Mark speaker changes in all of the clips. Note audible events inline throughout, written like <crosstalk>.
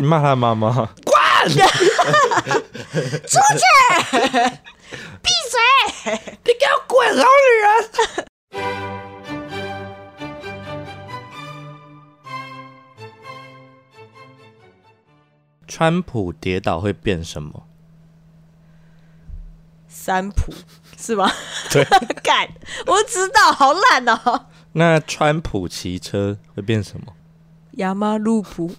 Speaker 1: 你 <laughs> 骂他妈妈，
Speaker 2: 你给我滚，老女人！
Speaker 3: 川普跌倒会变什么？
Speaker 2: 三浦是吗？对， <laughs> 干，我知道，好烂哦。
Speaker 3: 那川普骑车会变什么？
Speaker 2: 亚麻路普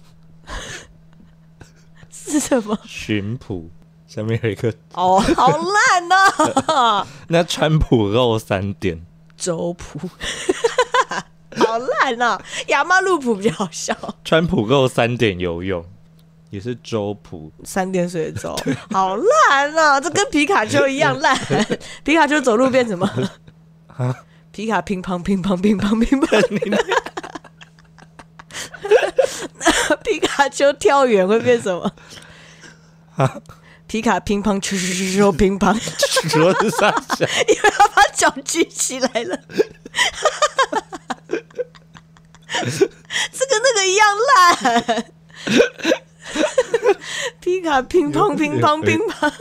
Speaker 2: 是什么？
Speaker 3: 巡捕下面有一个，
Speaker 2: 哦，好烂哦。
Speaker 3: 那川普肉三点，
Speaker 2: 周普， <laughs> 好烂哦。亚麻路普比较好笑，
Speaker 3: 川普肉三点游泳，也是周 <laughs> 普。
Speaker 2: 三点水的周，好烂哦。这跟皮卡丘一样烂。 <laughs> 皮卡丘走路变什 <laughs> 么？啊皮卡乒乓乒乓乒乓乒 <laughs> 乓。皮卡丘跳远会变什么？皮卡乒乓球球球乒乓，
Speaker 3: 你说是啥小？
Speaker 2: 因为他把脚举起来了。这跟那个一样烂。皮卡乒乓乒乓乒乓，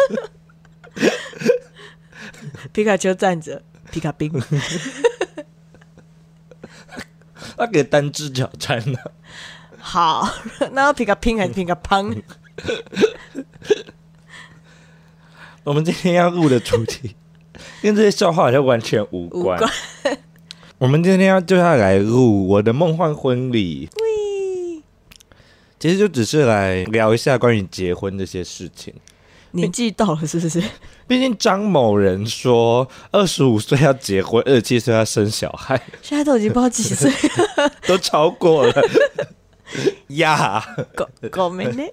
Speaker 2: 皮卡丘站着，皮卡冰。
Speaker 3: 他给单只脚站了。
Speaker 2: 好，那要皮卡拼还是皮卡乓？
Speaker 3: 我们今天要录的主题 <laughs> 跟这些笑话好像完全无
Speaker 2: 无
Speaker 3: 关。
Speaker 2: 关。
Speaker 3: 我们今天要就要来录我的梦幻婚礼，
Speaker 2: 喂
Speaker 3: 其实就只是来聊一下关于结婚这些事情。
Speaker 2: 年纪到了是不是？
Speaker 3: 毕竟张某人说，二十五岁要结婚，二十七岁要生小孩， <laughs>
Speaker 2: 现在都已经不知道几岁了。
Speaker 3: 都超过了 <laughs> 呀。
Speaker 2: <laughs> 狗狗没呢，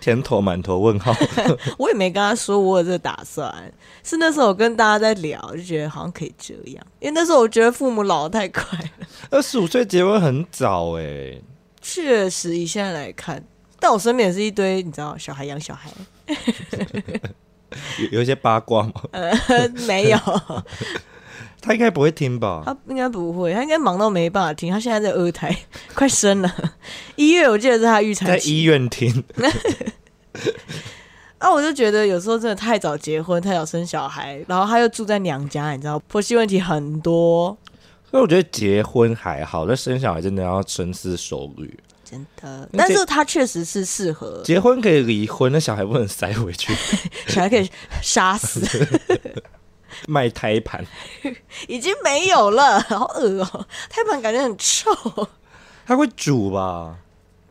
Speaker 3: 甜头满头问号， <laughs>
Speaker 2: 我也没跟他说我有这个打算。是那时候我跟大家在聊，就觉得好像可以这样，因为那时候我觉得父母老得太快了，
Speaker 3: 二十五岁结婚很早哎、
Speaker 2: 确实以现在来看。但我身边也是一堆你知道小孩养小孩，
Speaker 3: 有有一些八卦吗？
Speaker 2: 呃，没有，
Speaker 3: 他应该不会听吧？
Speaker 2: 他应该不会，他应该忙到没办法听。他现在在二胎， <laughs> 快生了， <laughs> 一月我记得是他预产
Speaker 3: 在
Speaker 2: 期
Speaker 3: 医。院听，
Speaker 2: 啊，我就觉得有时候真的太早结婚，太早生小孩，然后他又住在娘家，你知道婆媳问题很多，
Speaker 3: 所以我觉得结婚还好，但生小孩真的要深思熟虑。
Speaker 2: 真的。
Speaker 3: 那
Speaker 2: 但
Speaker 3: 这
Speaker 2: 是他确实是适合
Speaker 3: 结婚可以离婚，那小孩不能塞回去 <laughs>
Speaker 2: 小孩可以杀死，
Speaker 3: 卖胎盘。
Speaker 2: 已经没有了，好恶哦、胎盘感觉很臭，
Speaker 3: 他会煮吧？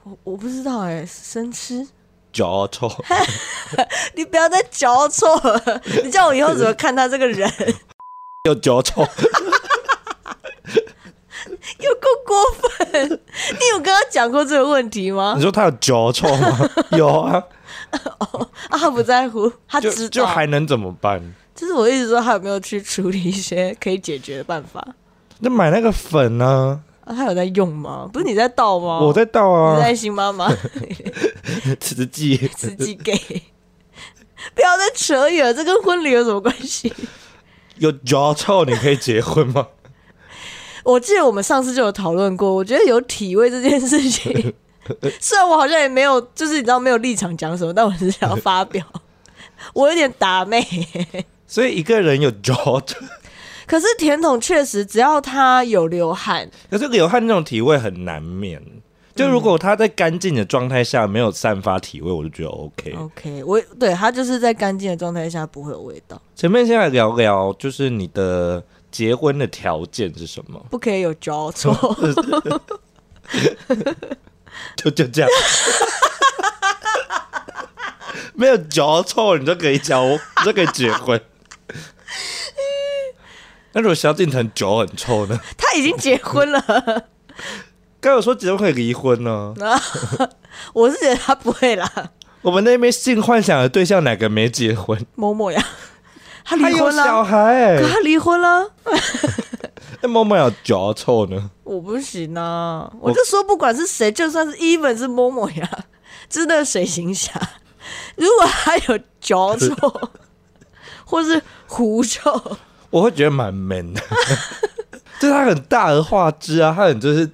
Speaker 2: 我我不知道哎、生吃。
Speaker 3: 脚臭， <laughs>
Speaker 2: 你不要再嚼错了，你叫我以后怎么
Speaker 3: <laughs>
Speaker 2: 看他这个人？
Speaker 3: 有脚臭。
Speaker 2: 有够过分！你有跟他讲过这个问题吗
Speaker 3: 你？说他有脚臭吗？有啊，
Speaker 2: 啊，他不在乎，他
Speaker 3: 就
Speaker 2: 知道。
Speaker 3: 就还能怎么办？
Speaker 2: 就是我一直说他有没有去处理一些可以解决的办法。
Speaker 3: 那买那个粉呢、
Speaker 2: 啊，他有在用吗？不是你在倒吗？
Speaker 3: 我在倒
Speaker 2: 哦你
Speaker 3: 啊，
Speaker 2: 在新妈 <laughs> 妈
Speaker 3: <laughs> 慈济。
Speaker 2: 自己给， <laughs> 不要再扯远，这跟婚礼有什么关系？
Speaker 3: 有脚臭，你可以结婚吗？ <laughs>
Speaker 2: 我记得我们上次就有讨论过，我觉得有体味这件事情，
Speaker 3: <laughs>
Speaker 2: 虽然我好像也没有，就是你知道没有立场讲什么，但我只是想要发表，
Speaker 3: <laughs>
Speaker 2: 我有点打妹。
Speaker 3: 所以一个人有脚臭， <laughs>
Speaker 2: 可是甜筒确实，只要他有流汗，
Speaker 3: 可是流汗那种体味很难免。就如果他在干净的状态下没有散发体味，我就觉得 OK。
Speaker 2: OK，我对他就是在干净的状态下不会有味道，
Speaker 3: 前面先来聊聊，就是你的结婚的条件是什么？
Speaker 2: 不可以有脚臭。
Speaker 3: 就就这样，没有脚臭，你就可以结，你就可以结婚。那如果萧敬腾脚很臭呢？
Speaker 2: 他已经结婚了。
Speaker 3: 刚有说结婚可以离婚呢、
Speaker 2: 我是觉得他不会啦，
Speaker 3: 我们那边性幻想的对象哪个没结婚？
Speaker 2: 某某呀，他
Speaker 3: 他
Speaker 2: 离
Speaker 3: 有
Speaker 2: 婚
Speaker 3: 小
Speaker 2: 了，
Speaker 3: 孩、欸
Speaker 2: 可，他离婚了，
Speaker 3: 那某某有脚臭呢？
Speaker 2: 我不行啊！我就说不管是谁，就算是 even 是某某呀， <laughs> 就是那个水行侠，如果他有脚臭 <laughs> 或是狐臭，
Speaker 3: <laughs> 我会觉得蛮 man 的，就是他很大而化之啊，他很就是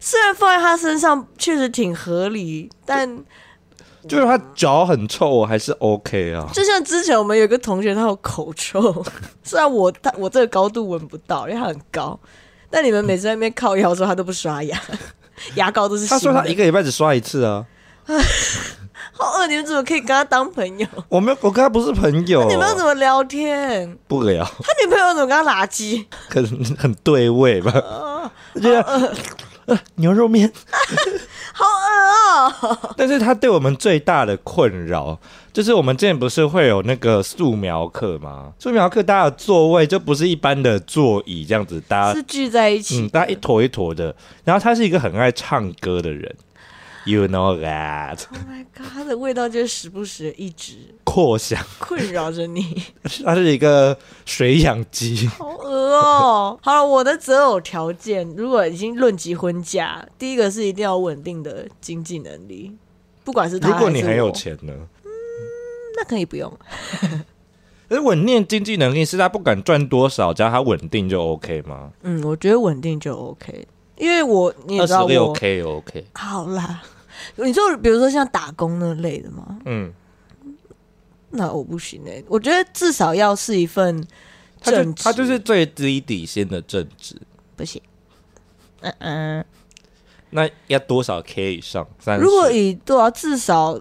Speaker 2: 虽然放在他身上确实挺合理，但
Speaker 3: 就是他脚很臭，我还是 OK 啊。
Speaker 2: 就像之前我们有一个同学，他有口臭， <laughs> 虽然我他我这个高度闻不到，因为他很高，但你们每次在那边靠腰的时候，他都不刷牙， <laughs> 牙膏都是
Speaker 3: 他
Speaker 2: 新
Speaker 3: 说
Speaker 2: 的
Speaker 3: 他一个礼拜只刷一次啊，
Speaker 2: 好哦饿，你们怎么可以跟他当朋友？
Speaker 3: 我没有，我跟他不是朋友，
Speaker 2: 你们要怎么聊天？
Speaker 3: 不聊，
Speaker 2: 他女朋友怎么跟他垃圾？
Speaker 3: 可能很对味
Speaker 2: <laughs>
Speaker 3: 吧。我觉得、呃牛肉面，
Speaker 2: 好恶哦、
Speaker 3: 但是他对我们最大的困扰就是，我们之前不是会有那个素描课吗？素描课大家的座位就不是一般的座椅这样子，大家
Speaker 2: 是聚在一起
Speaker 3: 啊嗯，大家一坨一坨的。然后他是一个很爱唱歌的人，You know that，
Speaker 2: Oh my god，它的味道就是时不时一直
Speaker 3: 扩香，
Speaker 2: 困扰着你，
Speaker 3: 他是一个水养鸡。
Speaker 2: <laughs> 好恶哦、好了，我的择偶条件，如果已经论及婚嫁，第一个是一定要有稳定的经济能力，不管是他
Speaker 3: 如果你
Speaker 2: 还是
Speaker 3: 很有
Speaker 2: 我，
Speaker 3: 钱呢？
Speaker 2: 那可以不用。
Speaker 3: 可是稳定经济能力是他不管赚多少，只要他稳定就 OK 吗？
Speaker 2: 嗯，我觉得稳定就 OK，因为我你也
Speaker 3: 二
Speaker 2: 知
Speaker 3: 十
Speaker 2: 道我
Speaker 3: 个 OK OK，
Speaker 2: <laughs> 好啦，你就比如说像打工那类的嘛，
Speaker 3: 嗯，
Speaker 2: 那我不行哎、我觉得至少要是一份
Speaker 3: 他就
Speaker 2: 正职，
Speaker 3: 他就是最低底线的正职，
Speaker 2: 不行。嗯嗯，
Speaker 3: 那要多少 K 以上？三
Speaker 2: 如果以对啊，至少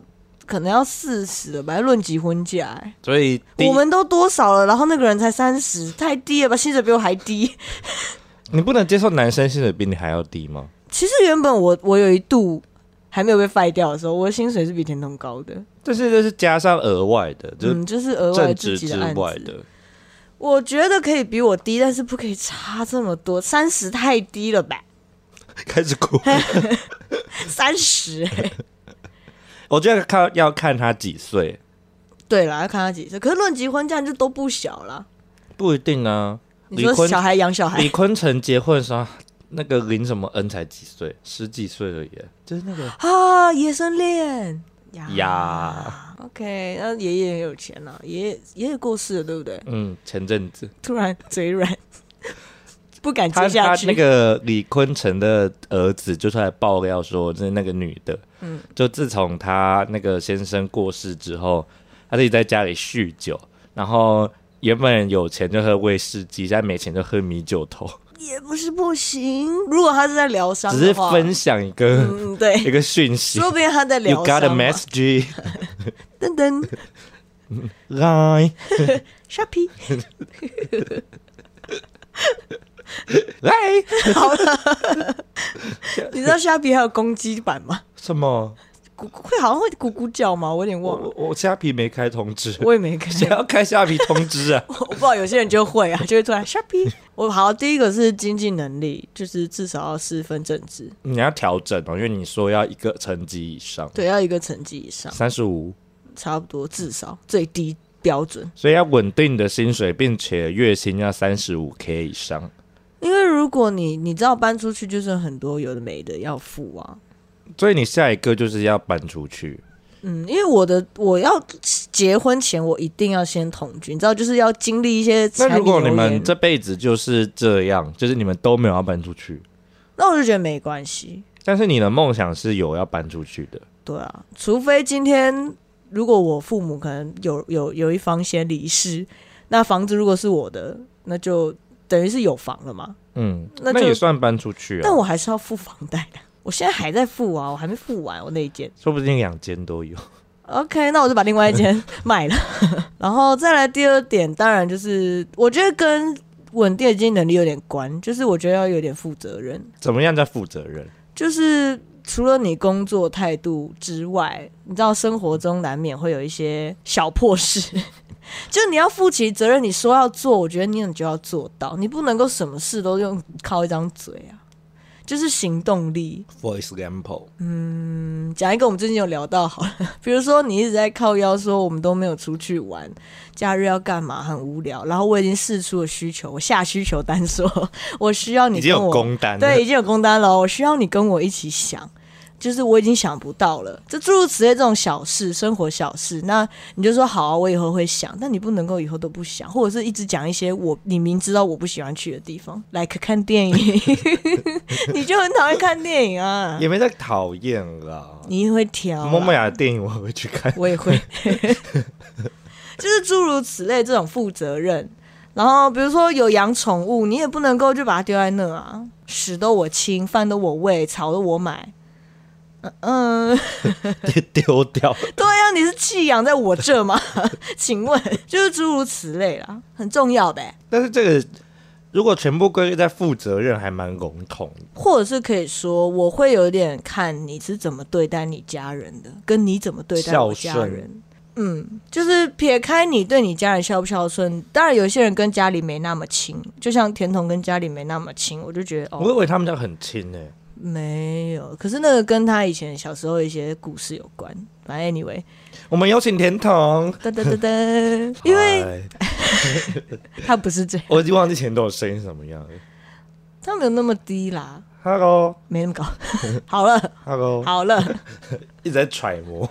Speaker 2: 可能要四十了吧，论及婚嫁、欸。
Speaker 3: 所以第
Speaker 2: 我们都多少了，然后那个人才三十，太低了吧？薪水比我还低。
Speaker 3: 你不能接受男生薪水比你还要低吗？
Speaker 2: 其实原本我我有一度还没有被 f 掉的时候，我的薪水是比田童高的，
Speaker 3: 但是这是加上额外的，就是
Speaker 2: 嗯，就是额外
Speaker 3: 正
Speaker 2: 自
Speaker 3: 职
Speaker 2: 己
Speaker 3: 之
Speaker 2: 的案
Speaker 3: 外
Speaker 2: 子。 <laughs>
Speaker 3: 的。
Speaker 2: 我觉得可以比我低，但是不可以差这么多，三十太低了吧？ <laughs>
Speaker 3: 开始哭，
Speaker 2: 三十、 <laughs> 欸，
Speaker 3: 我觉得看要看他几岁，
Speaker 2: 对啦，要看他几岁。可是论及婚嫁就都不小了。
Speaker 3: 不一定啊。
Speaker 2: 你
Speaker 3: 李
Speaker 2: 说
Speaker 3: 坤
Speaker 2: 小孩养小
Speaker 3: 李
Speaker 2: 孩，
Speaker 3: 坤城结婚的时候，那个林什么恩才几岁，十几岁而已，就是那个
Speaker 2: 啊，野生恋呀
Speaker 3: 呀
Speaker 2: OK，那爷爷很有钱呐、爷爷爷爷过世了，对不对？ <laughs>
Speaker 3: 嗯，前阵子
Speaker 2: 突然嘴软， <laughs> 不敢
Speaker 3: 他
Speaker 2: 接
Speaker 3: 他
Speaker 2: 下去。
Speaker 3: 那个李坤城的儿子就出来爆料说，就是那个女的，嗯，就自从他那个先生过世之后，他自己在家里酗酒，然后原本有钱就喝威士忌，现在没钱就喝米酒头，
Speaker 2: 也不是不行，如果他是在疗伤
Speaker 3: <laughs> 只是
Speaker 2: 的话，
Speaker 3: 分享一个、<laughs>
Speaker 2: 嗯
Speaker 3: 一
Speaker 2: 对，
Speaker 3: 个讯息
Speaker 2: <laughs> 说不定他在
Speaker 3: ，You
Speaker 2: 疗
Speaker 3: got a
Speaker 2: 伤嘛。
Speaker 3: message
Speaker 2: <laughs>
Speaker 3: <laughs>
Speaker 2: 噔噔
Speaker 3: line。 <laughs>
Speaker 2: s h a p i
Speaker 3: 来
Speaker 2: 你知道 s h a p i 还有公鸡版吗？ <laughs>
Speaker 3: 什么？
Speaker 2: 咕咕会好像会咕咕叫吗？我有点
Speaker 3: 我
Speaker 2: 忘了，
Speaker 3: 我我虾皮没开通知，
Speaker 2: 我也
Speaker 3: <laughs>
Speaker 2: 没看。 <laughs>
Speaker 3: 谁要开虾皮通知啊？ <laughs>
Speaker 2: 我不知道有些人就会啊，就会突然 s h a p i 我好，第一个是经济能力，就是至少要四分正职，
Speaker 3: 你要调整哦，因为你说要一个成绩以
Speaker 2: <laughs>
Speaker 3: 上，
Speaker 2: 对，要一个成绩以上，
Speaker 3: 三十五，
Speaker 2: 差不多至少最低标准。
Speaker 3: 所以要稳定的薪水，并且月薪要三十五 k 以上。
Speaker 2: 因为如果你你知道搬出去，就是很多有的没的要付啊。
Speaker 3: 所以你下一个就是要搬出去，
Speaker 2: 嗯，因为我的我要结婚前，我一定要先同居，你知道，就是要经历一些柴米
Speaker 3: 那
Speaker 2: 油
Speaker 3: 如
Speaker 2: 盐。
Speaker 3: 果你们这辈子就是这样，就是你们都没有要搬出去，
Speaker 2: 那我就觉得没关系，
Speaker 3: 但是你的梦想是有要搬出去的，
Speaker 2: 对啊，除非今天如果我父母可能有有有一方先离世，那房子如果是我的，那就等于是有房了嘛。
Speaker 3: 嗯，
Speaker 2: 那
Speaker 3: 那
Speaker 2: 就
Speaker 3: 也算搬出去啊
Speaker 2: 但。我还是要付房贷的，我现在还在付啊，我还没付完我那一间。
Speaker 3: 说不定两间都有，
Speaker 2: OK，那我就把另外一间卖了，然后再来第二点，当然就是我觉得跟稳定的经济能力有点关，就是我觉得要有点负责任，
Speaker 3: 怎么样叫负责任？
Speaker 2: 就是除了你工作态度之外，你知道生活中难免会有一些小破事， <laughs> 就你要负起责任，你说要做，我觉得你很就要做到，你不能够什么事都用靠一张嘴啊，就是行动力。
Speaker 3: For example，
Speaker 2: 嗯讲一个我们最近有聊到好了， <laughs> 比如说你一直在靠腰说我们都没有出去玩，假日要干嘛很无聊，然后我已经试出了需求，我下需求单说我需要你
Speaker 3: 已经
Speaker 2: 跟
Speaker 3: 有
Speaker 2: 我
Speaker 3: 工单了，
Speaker 2: 对已经有工单了，我需要你跟我一起想。就是我已经想不到了，就诸如此类这种小事，生活小事，那你就说好、啊，我以后会想，但你不能够以后都不想，或者是一直讲一些我你明知道我不喜欢去的地方，like 看电影， <laughs> 你就很讨厌看电影啊，
Speaker 3: 也没在讨厌啦。
Speaker 2: 你会挑啊，
Speaker 3: 莫莫雅的电影我会去看，
Speaker 2: 我也会， <laughs> 就是诸如此类这种负责任。然后比如说有养宠物，你也不能够就把它丢在那啊，屎都我清，饭都我喂，草都我买。嗯嗯，
Speaker 3: <laughs>
Speaker 2: <laughs>
Speaker 3: 丢掉。
Speaker 2: 对呀、你是弃养在我这吗？ <laughs> 请问，就是诸如此类啦，很重要欸呗。
Speaker 3: 但是这个如果全部归类在负责任，还蛮笼统的。
Speaker 2: 或者是可以说，我会有点看你是怎么对待你家人的，跟你怎么对待
Speaker 3: 孝
Speaker 2: 我家
Speaker 3: 顺
Speaker 2: 人。嗯，就是撇开你对你家人孝不孝顺，当然有些人跟家里没那么亲，就像甜筒跟家里没那么亲，我就觉得
Speaker 3: 我以
Speaker 2: 哦，
Speaker 3: 为他们家很亲诶、
Speaker 2: 没有。可是那个跟他以前小时候一些故事有关。反正 anyway，
Speaker 3: 我们有请甜筒，
Speaker 2: 噔噔
Speaker 3: <laughs>
Speaker 2: 噔噔，因为
Speaker 3: 哎
Speaker 2: 他不是这样，
Speaker 3: 我已经忘记甜筒的声音是什么样了。
Speaker 2: 他没有那么低啦，
Speaker 3: Hello，Hello，
Speaker 2: 没那么高。 <laughs> 好了，好了，
Speaker 3: 一直在揣摩。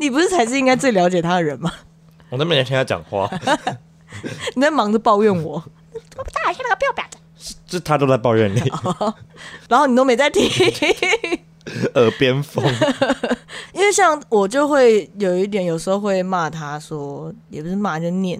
Speaker 2: 你不是才是应该最了解他的人吗？
Speaker 3: 我都没人听他讲话， <laughs>
Speaker 2: 你在忙着抱怨我，我不大像那个不要表的，
Speaker 3: 就他都在抱怨你
Speaker 2: 然后你都没在听。 <laughs>
Speaker 3: 耳边风。
Speaker 2: 因为像我就会有一点，有时候会骂他说，也不是骂，就念。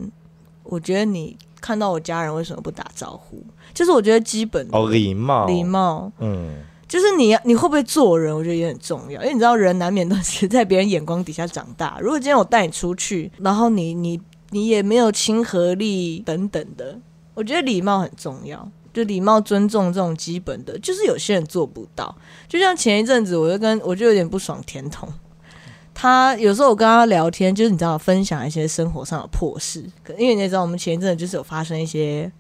Speaker 2: 我觉得你看到我家人为什么不打招呼？就是我觉得基本
Speaker 3: 哦，礼貌，
Speaker 2: 礼，貌，
Speaker 3: 嗯，
Speaker 2: 就是你你会不会做人，我觉得也很重要。因为你知道，人难免都是在别人眼光底下长大。如果今天我带你出去，然后你你你也没有亲和力等等的，我觉得礼貌很重要。就礼貌、尊重这种基本的，就是有些人做不到。就像前一阵子，我就跟我就有点不爽甜筒，他有时候我跟他聊天，就是你知道分享一些生活上的破事，可因为你也知道我们前一阵子就是有发生一些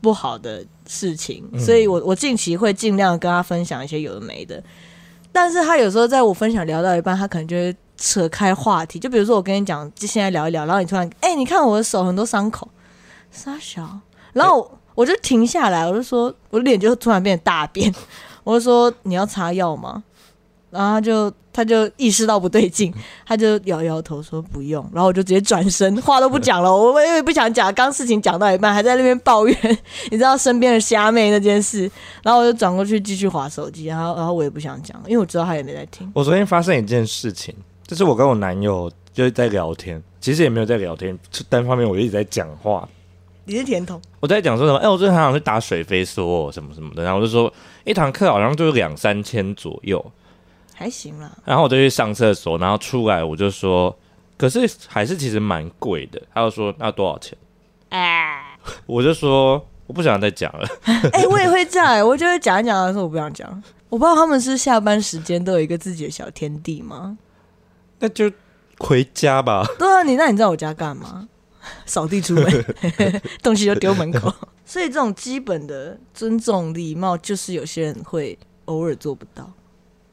Speaker 2: 不好的事情，所以我我近期会尽量跟他分享一些有的没的。但是他有时候在我分享聊到一半，他可能就会扯开话题，就比如说我跟你讲，就现在聊一聊，然后你突然，哎、你看我的手很多伤口，傻小，然后我,、我就停下来，我就说，我脸就突然变大变，我就说你要擦药吗？然后他就他就意识到不对劲，他就摇摇头说不用，然后我就直接转身，话都不讲了。我我也不想讲，刚事情讲到一半，还在那边抱怨，你知道身边的虾妹那件事。然后我就转过去继续划手机，然后然后我也不想讲，因为我知道他也没在听。
Speaker 3: 我昨天发生一件事情，就是我跟我男友就是在聊天，其实也没有在聊天，就单方面我一直在讲话。
Speaker 2: 你是甜筒，
Speaker 3: 我在讲说什么？哎、我最近好想去打水飞梭、哦、什么什么的，然后我就说一堂课好像就是两三千左右，
Speaker 2: 还行啦。
Speaker 3: 然后我就去上厕所，然后出来我就说，可是还是其实蛮贵的。他就说那多少钱？
Speaker 2: 哎、
Speaker 3: 我就说我不想再讲了。
Speaker 2: 哎、我也会这样、我就会讲一讲，但是我不想讲。我不知道他们是下班时间都有一个自己的小天地吗？
Speaker 3: <laughs> 那就回家吧。
Speaker 2: 对啊，你那你在我家干嘛？ <laughs> 扫地出门，东西就丢门口。所以这种基本的尊重礼貌，就是有些人会偶尔做不到。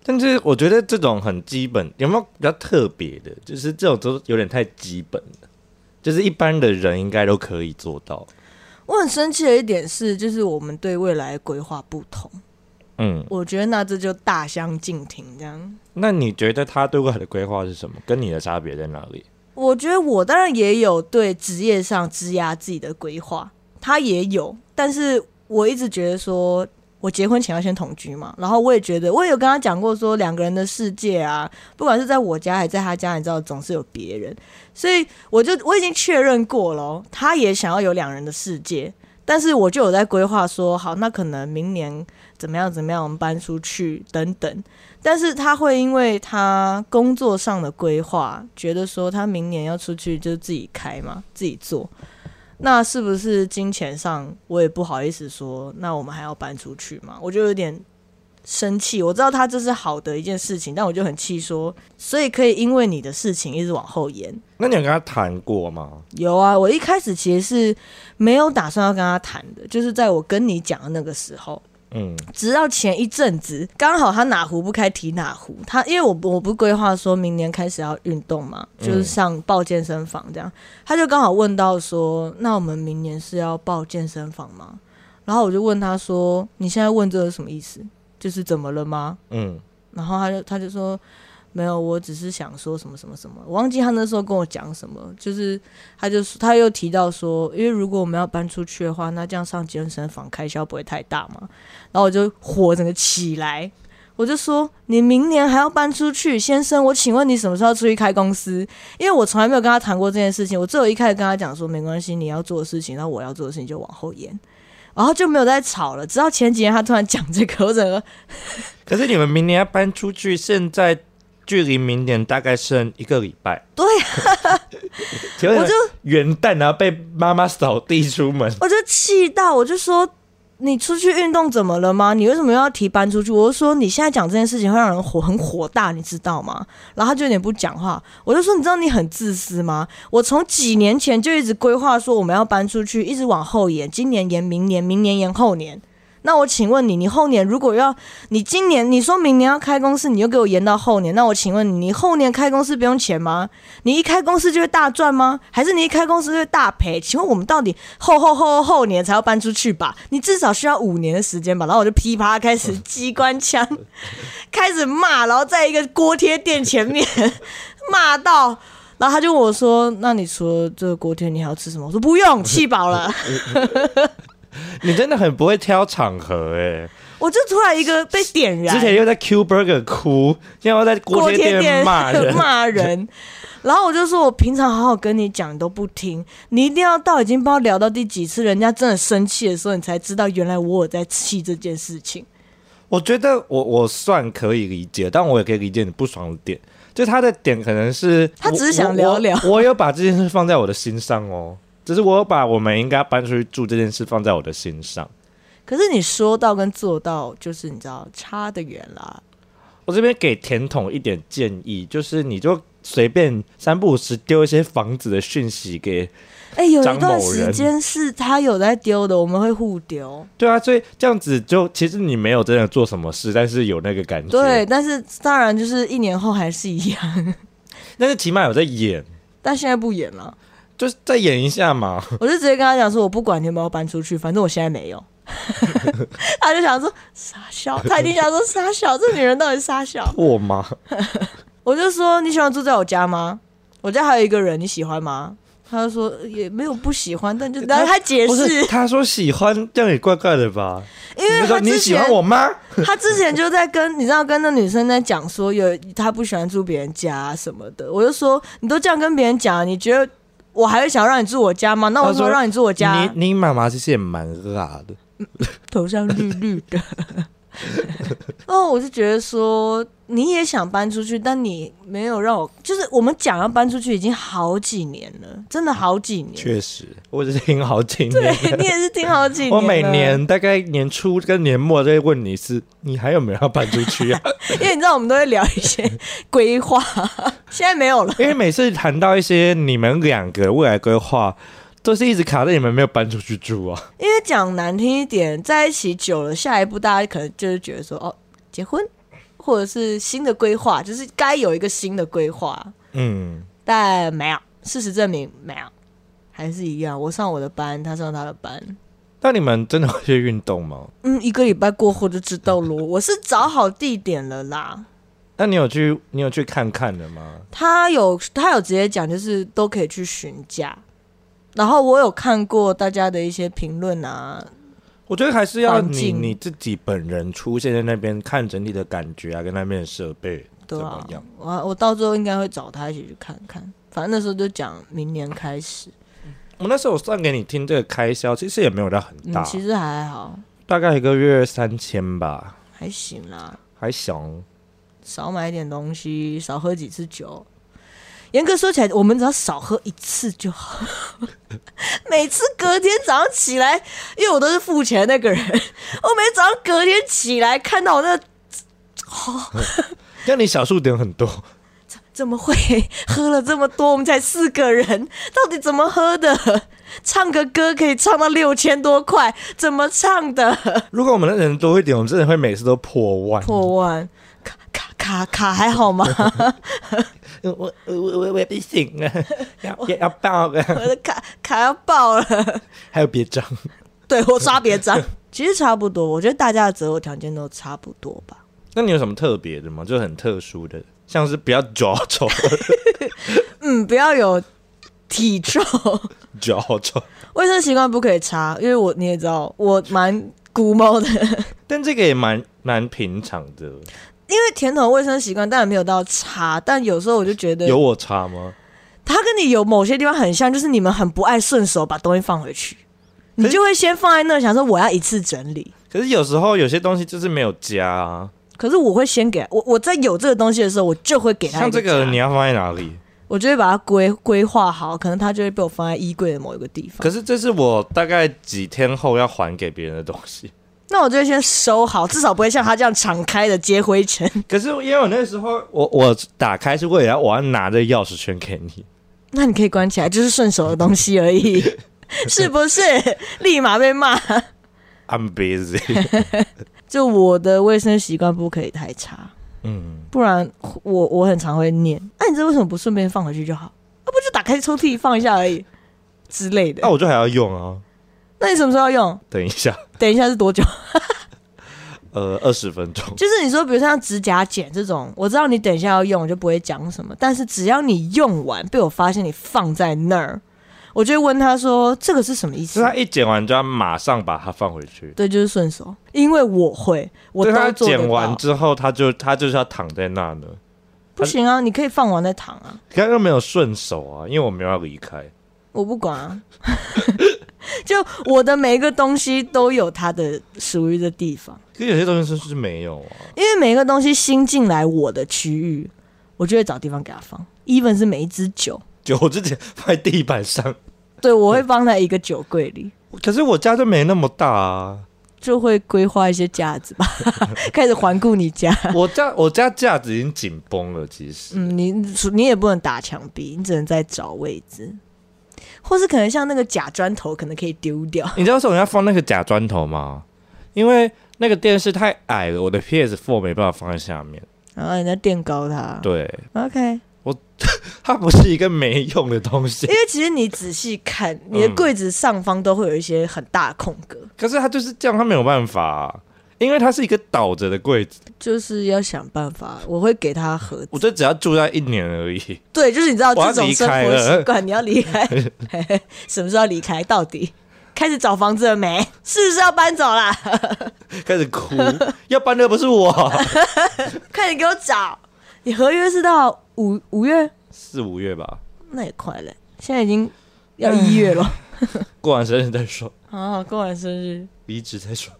Speaker 3: 但是我觉得这种很基本，有没有比较特别的？就是这种都有点太基本了，就是一般的人应该都可以做到。
Speaker 2: 我很生气的一点是，就是我们对未来的规划不同。
Speaker 3: 嗯，
Speaker 2: 我觉得那这就大相径庭这样。
Speaker 3: 那你觉得他对未来的规划是什么？跟你的差别在哪里？
Speaker 2: 我觉得我当然也有对职业上枝压自己的规划，他也有，但是我一直觉得说，我结婚前要先同居嘛，然后我也觉得，我也有跟他讲过说，两个人的世界啊，不管是在我家还是在他家，你知道总是有别人，所以我就我已经确认过了哦，他也想要有两人的世界。但是我就有在规划说，好，那可能明年怎么样怎么样，我们搬出去等等。但是他会因为他工作上的规划，觉得说他明年要出去就自己开嘛，自己做。那是不是金钱上我也不好意思说，那我们还要搬出去嘛？我就有点生气。我知道他这是好的一件事情，但我就很气说，所以可以因为你的事情一直往后延。
Speaker 3: 那你有跟他谈过吗？
Speaker 2: 有啊，我一开始其实是没有打算要跟他谈的，就是在我跟你讲的那个时候，
Speaker 3: 嗯，
Speaker 2: 直到前一阵子，刚好他哪壶不开提哪壶，他因为我我不是规划说明年开始要运动嘛，就是上报健身房这样，他就刚好问到说，那我们明年是要报健身房吗？然后我就问他说，你现在问这个什么意思？就是怎么了吗？
Speaker 3: 嗯，
Speaker 2: 然后他就他就说没有，我只是想说什么什么什么，我忘记他那时候跟我讲什么，就是他就他又提到说，因为如果我们要搬出去的话，那这样上健身房开销不会太大嘛，然后我就火整个起来。我就说你明年还要搬出去，先生，我请问你什么时候出去开公司？因为我从来没有跟他谈过这件事情，我只有一开始跟他讲说没关系，你要做的事情，然后我要做的事情就往后延，然后就没有再吵了。直到前几天他突然讲这个，我整个
Speaker 3: 可是你们明年要搬出去，现在距离明年大概剩一个礼拜。
Speaker 2: 对啊
Speaker 3: <laughs> 请问
Speaker 2: 我就
Speaker 3: 元旦然后被妈妈扫地出门， <laughs>
Speaker 2: 我就气到，我就说你出去运动怎么了吗？你为什么要提搬出去？我就说你现在讲这件事情会让人火很火大，你知道吗？然后他就有点不讲话，我就说你知道你很自私吗？我从几年前就一直规划说我们要搬出去，一直往后延，今年延明年，明年延后年。那我请问你，你后年如果要你今年你说明年要开公司，你又给我延到后年，那我请问你，你后年开公司不用钱吗？你一开公司就会大赚吗？还是你一开公司就会大赔？请问我们到底后后后后后年才要搬出去吧？你至少需要五年的时间吧？然后我就噼啪开始机关
Speaker 3: <laughs>
Speaker 2: 枪，开始骂，然后在一个锅贴店前面 <laughs> 骂到。然后他就问我说：“那你除了这个锅贴，你还要吃什么？”我说：“不用，气饱了。
Speaker 3: 你真的很不会挑场合哎、”
Speaker 2: 我就突然一个被点燃。
Speaker 3: 之前又在 Q Burger 哭，现在又在锅贴店骂人。
Speaker 2: <laughs> 骂人。然后我就说，我平常好好跟你讲，你都不听，你一定要到已经不知道聊到第几次，人家真的生气的时候，你才知道原来我有在气这件事情。
Speaker 3: 我觉得我我算可以理解，但我也可以理解你不爽的点，就他的点可能是
Speaker 2: 他只是
Speaker 3: 我
Speaker 2: 想
Speaker 3: 我
Speaker 2: 聊聊
Speaker 3: 我我有把这件事放在我的心上哦，只是我有把我们应该搬出去住这件事放在我的心上。
Speaker 2: 可是你说到跟做到，就是你知道差得远啦。
Speaker 3: 我这边给甜筒一点建议，就是你就随便三不五时丢一些房子的讯息给，
Speaker 2: 哎，有
Speaker 3: 张
Speaker 2: 一段
Speaker 3: 某
Speaker 2: 时
Speaker 3: 人
Speaker 2: 间是他有在丢的，我们会互丢。
Speaker 3: 对啊，所以这样子就其实你没有真的做什么事，但是有那个感觉，
Speaker 2: 对，，但是当然就是一年后还是一样，
Speaker 3: 但是起码有在演，
Speaker 2: 但现在不演了。
Speaker 3: 就是再演一下
Speaker 2: <laughs>
Speaker 3: 嘛。
Speaker 2: 我就直接跟他讲说，我不管你有没有搬出去，反正我现在没有。 <laughs> 他就想说傻笑，他一定想说傻笑，这女人到底傻笑。
Speaker 3: 破吗？
Speaker 2: 我就说你喜欢住在我家吗？我家还有一个人，你喜欢吗？他就说呃也没有不喜欢，但就然后他解
Speaker 3: 不是，
Speaker 2: 释，
Speaker 3: 呃他说喜欢，这样也怪怪的吧？
Speaker 2: 因为
Speaker 3: 你
Speaker 2: 他
Speaker 3: 说
Speaker 2: 之
Speaker 3: 你喜
Speaker 2: 前
Speaker 3: 欢我吗？
Speaker 2: 他之前就在跟你知道跟那女生在讲说有他不喜欢住别人家、什么的，我就说你都这样跟别人讲，你觉得我还会想让你住我家吗？那我
Speaker 3: 他说
Speaker 2: 说让你住我家，
Speaker 3: 你你妈妈其实也蛮辣的，
Speaker 2: 头上绿绿的。 <laughs> 哦，我就觉得说你也想搬出去，但你没有让我，就是我们讲要搬出去已经好几年了，真的好几年。
Speaker 3: 确实，我只是听好几年。
Speaker 2: <laughs> 对你也是听好几
Speaker 3: <laughs>
Speaker 2: 年，
Speaker 3: 我每，年大概年初跟年末都会问你是你还有没有要搬出去啊？
Speaker 2: 因为你知道我们都会聊一些规划，现在没有了。
Speaker 3: 因为每次谈到一些你们两个未来规划，都是一直卡在你们没有搬出去住啊。
Speaker 2: 因为讲难听一点，在一起久了，下一步大家可能就是觉得说，哦，结婚，或者是新的规划，就是该有一个新的规划。
Speaker 3: 嗯，
Speaker 2: 但没有，事实证明没有，还是一样。我上我的班，他上他的班。
Speaker 3: 那你们真的会去运动吗？
Speaker 2: 嗯，一个礼拜过后就知道咯。我是找好地点了啦。
Speaker 3: 那你有去你有去看看的吗？
Speaker 2: 他有他有直接讲，就是都可以去询价。然后我有看过大家的一些评论啊，
Speaker 3: 我觉得还是要
Speaker 2: 环
Speaker 3: 你
Speaker 2: 境
Speaker 3: 你自己本人出现在那边，看整体的感觉啊，跟那边的设备怎
Speaker 2: 对
Speaker 3: 么
Speaker 2: 啊
Speaker 3: 样。，
Speaker 2: 我我到最后应该会找他一起去看看。反正那时候就讲明年开始，
Speaker 3: 我那时候我算给你听这个开销，其实也没有到很大，
Speaker 2: 嗯，其实还好，
Speaker 3: 大概一个月三千吧，
Speaker 2: 还行啦。
Speaker 3: 还行。
Speaker 2: 少买点东西，少喝几次酒。严格说起来，我们只要少喝一次就好。 <laughs> 每次隔天早上起来，因为我都是付钱的那个人，我每次早上隔天起来看到我那
Speaker 3: 像你小数点很
Speaker 2: <laughs>
Speaker 3: 多，
Speaker 2: 怎么会喝了这么多？我们才四个人，到底怎么喝的？唱个歌可以唱到六千多块，怎么唱的？
Speaker 3: 如果我们的人多一点，我们真的会每次都破万。
Speaker 2: 破万，卡卡卡卡还好吗？ <laughs>
Speaker 3: 我我我我我不行了，
Speaker 2: <laughs>
Speaker 3: 要要要爆了， <laughs>
Speaker 2: 我的卡卡要爆了。
Speaker 3: 还有别张。
Speaker 2: 对我刷别张，其实差不多，我觉得大家的择偶条件都差不多吧。
Speaker 3: <laughs> 那你有什么特别的吗？就很特殊的，像是比较脚臭， <laughs>
Speaker 2: 嗯，不要有体臭，
Speaker 3: 脚臭。
Speaker 2: 卫生习惯不可以差，因为我你也知道，我蛮古猫的，
Speaker 3: 但这个也蛮蛮平常的，
Speaker 2: 因为甜筒卫生习惯当然没有到差，但有时候我就觉得
Speaker 3: 有我差吗？
Speaker 2: 它跟你有某些地方很像，就是你们很不爱顺手把东西放回去，你就会先放在那，想说我要一次整理。
Speaker 3: 可是有时候有些东西就是没有加啊，
Speaker 2: 可是我会先给我，我在有这个东西的时候，我就会给他一
Speaker 3: 像这
Speaker 2: 个
Speaker 3: 个
Speaker 2: 家
Speaker 3: 你要放在哪里？
Speaker 2: 我就会把它规规划好，可能它就会被我放在衣柜的某一个地方。
Speaker 3: 可是这是我大概几天后要还给别人的东西。
Speaker 2: 那我就会先收好，至少不会像它这样敞开的接灰尘。 <laughs>
Speaker 3: 可是因为我那时候我我打开是为了我要拿着钥匙圈给你， <laughs>
Speaker 2: 那你可以关起来，就是顺手的东西而已，是不是？立马被骂。
Speaker 3: I'm busy。
Speaker 2: 就我的卫生习惯不可以太差，
Speaker 3: 嗯，
Speaker 2: 不然我我很常会念。那、你这为什么不顺便放回去就好？啊，不就打开抽屉放一下而已之类的。
Speaker 3: 那我就还要用啊。
Speaker 2: 那你什么时候要用？
Speaker 3: 等一下，
Speaker 2: 等一下是多久？
Speaker 3: 呃，二十分
Speaker 2: <laughs>
Speaker 3: 钟。
Speaker 2: 就是你说，比如像指甲剪这种，我知道你等一下要用，我就不会讲什么。但是只要你用完，被我发现你放在那儿，我就会问他说：“这个是什么意
Speaker 3: 就是
Speaker 2: 思
Speaker 3: 他一剪完就要马上把它放回？”去。
Speaker 2: 对，就是顺手，因为我会，我
Speaker 3: 对他
Speaker 2: 都做得
Speaker 3: 剪完
Speaker 2: 到。
Speaker 3: 之后，他就他就是要躺在那呢，
Speaker 2: 不行啊，你可以放完再躺啊，
Speaker 3: 刚刚没有顺手啊，因为我没有要离开。
Speaker 2: 我不管啊。 <laughs> 就我的每一个东西都有它的属于的地方，
Speaker 3: 可是有些东西就是没有啊。
Speaker 2: 因为每一个东西新进来我的区域，我就会找地方给它放。even 是每一支酒，
Speaker 3: 酒之前放在地板上，
Speaker 2: 对我会放在一个酒柜里。
Speaker 3: 可是我家就没那么大
Speaker 2: <laughs>
Speaker 3: 啊。
Speaker 2: 就会规划一些架子吧， <laughs> 开始环顾你家。
Speaker 3: 我家我家架子已经紧绷了，其实。
Speaker 2: 嗯，你你也不能打墙壁，你只能在找位置，或是可能像那个假砖头，可能可以丢掉。
Speaker 3: 你知道为什么要放那个假砖头吗？因为那个电视太矮了，我的 PS4 没办法放在下面。
Speaker 2: 然后人家垫高它。
Speaker 3: 对，
Speaker 2: ，OK。
Speaker 3: 它不是一个没用的东西
Speaker 2: 因，为其实你仔细看，你
Speaker 3: 嗯
Speaker 2: 的柜子上方都会有一些很大的空格，
Speaker 3: 可是它就是这样，它没有办法啊、因为它是一个倒着的柜子，
Speaker 2: 就是要想办法。我会给它盒
Speaker 3: 我
Speaker 2: 子。
Speaker 3: 就只要住在一年而已。 <laughs>
Speaker 2: 对，就是你知道
Speaker 3: 我要
Speaker 2: 这种
Speaker 3: 离
Speaker 2: 生
Speaker 3: 开
Speaker 2: 活
Speaker 3: 了
Speaker 2: 习惯，你要离
Speaker 3: <laughs>
Speaker 2: 开， <laughs> 什么时候要离开？到底开始找房子了没？是不是要搬走啦？
Speaker 3: 开始 <laughs> 哭，要搬的不是 <laughs> 我。
Speaker 2: 快点给我找！你合约是到五五月，
Speaker 3: 四五月吧，
Speaker 2: 那也快了，现在已经要一月了。
Speaker 3: 过完生日再说，
Speaker 2: <laughs> 啊，过完生日，
Speaker 3: 离职再说。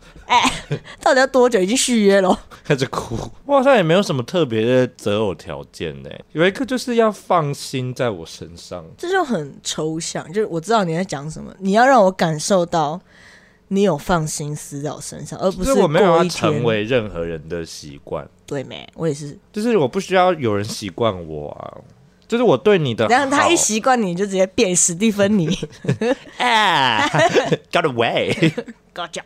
Speaker 3: <laughs>
Speaker 2: 到底要多久？已经续约了。
Speaker 3: 开始哭，我好像也没有什么特别的择偶条件呢、有一个就是要放心在我身上，
Speaker 2: 这就很抽象，就是我知道你在讲什么，你要让我感受到你有放心思在我身上，而不
Speaker 3: 就是是我没有
Speaker 2: 过
Speaker 3: 要
Speaker 2: 一天
Speaker 3: 成为任何人的习惯，
Speaker 2: 对没？我也是，
Speaker 3: 就是我不需要有人习惯我啊。就是我对你的好，
Speaker 2: 然后他一习惯你就直接变史蒂芬 <laughs> 妮
Speaker 3: 哎 <laughs> ，got away，
Speaker 2: 搞笑。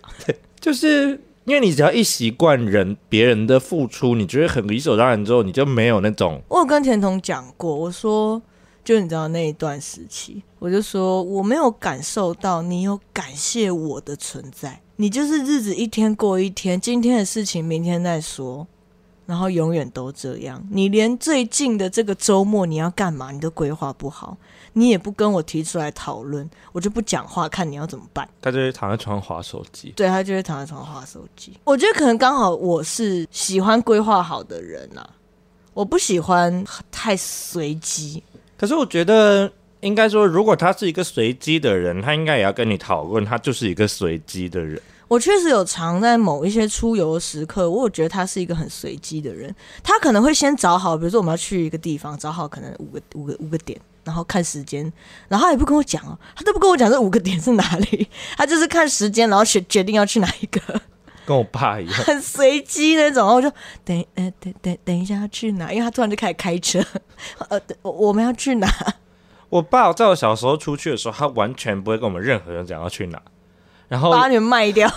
Speaker 3: 就是因为你只要一习惯人别人的付出，你觉得很理所当然之后，你就没有那种
Speaker 2: 我有跟甜筒讲过，我说，就你知道那一段时期，我就说我没有感受到你有感谢我的存在，你就是日子一天过一天，今天的事情明天再说，然后永远都这样。你连最近的这个周末你要干嘛，你都规划不好，你也不跟我提出来讨论，我就不讲话，看你要怎么办。
Speaker 3: 他就会躺在床上划手机。
Speaker 2: 对他就会躺在床上划手机。我觉得可能刚好我是喜欢规划好的人啊，我不喜欢太随机。
Speaker 3: 可是我觉得，应该说，如果他是一个随机的人，他应该也要跟你讨论，他就是一个随机的人。
Speaker 2: 我确实有常在某一些出游的时刻，我有觉得他是一个很随机的人。他可能会先找好，比如说我们要去一个地方，找好可能五个五个五个点，然后看时间，然后他也不跟我讲哦，他都不跟我讲这五个点是哪里，他就是看时间，然后决决定要去哪一个。，
Speaker 3: 跟我爸一样
Speaker 2: 很随机那种，然后我就等呃等等等一下要去哪，因为他突然就开始开车，呃，等我我们要去哪？
Speaker 3: <laughs> 我爸在我小时候出去的时候，他完全不会跟我们任何人讲要去哪。然后，
Speaker 2: 把你们卖掉，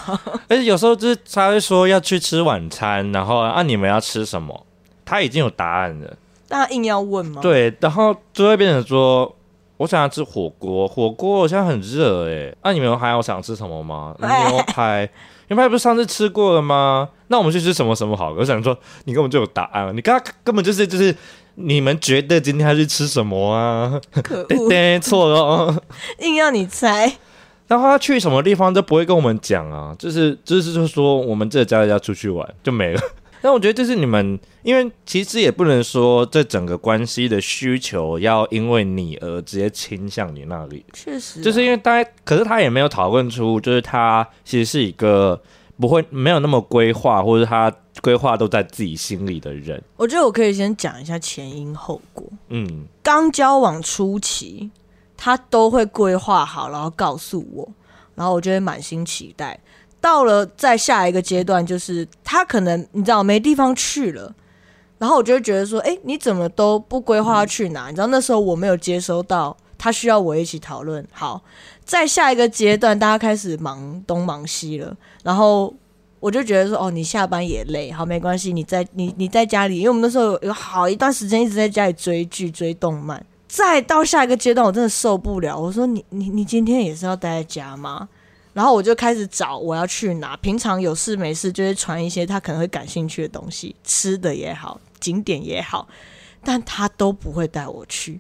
Speaker 3: 而且有时候就是他会说要去吃晚餐，然后啊你们要吃什么，他已经有答案了。
Speaker 2: 但他硬要问吗？，
Speaker 3: 对，然后就会变成说我想要吃火锅，火锅现在很热哎、那、你们有还有想吃什么吗？牛排，牛排不是上次吃过了吗？那我们去吃什么什么好了？我想说，你根本就有答案了，你刚刚根本就是就是你们觉得今天要去吃什么啊？
Speaker 2: 可
Speaker 3: 对
Speaker 2: 恶，
Speaker 3: 对，错了哦。
Speaker 2: 硬要你猜，
Speaker 3: 然后他去什么地方都不会跟我们讲啊，就是就是就是说我们这家一家出去玩就没了。 <laughs> 但我觉得这是你们，因为其实也不能说这整个关系的需求要因为你而直接倾向你那里，
Speaker 2: 确实啊、
Speaker 3: 就是因为大家，可是他也没有讨论出，就是他其实是一个不会没有那么规划，或者他规划都在自己心里的人。
Speaker 2: 我觉得我可以先讲一下前因后果。
Speaker 3: 嗯，
Speaker 2: 刚交往初期，他都会规划好，然后告诉我，然后我就会满心期待。到了在下一个阶段，就是他可能你知道没地方去了，然后我就会觉得说，哎、你怎么都不规划去哪？你知道那时候我没有接收到他需要我一起讨论。好，在下一个阶段，大家开始忙东忙西了，然后我就觉得说，哦，你下班也累，好，没关系，你在你你在家里，因为我们那时候有有好一段时间一直在家里追剧、追动漫。再到下一个阶段，我真的受不了，我说你你你今天也是要待在家吗？然后我就开始找我要去哪，平常有事没事就会传一些他可能会感兴趣的东西，吃的也好，景点也好，但他都不会带我去。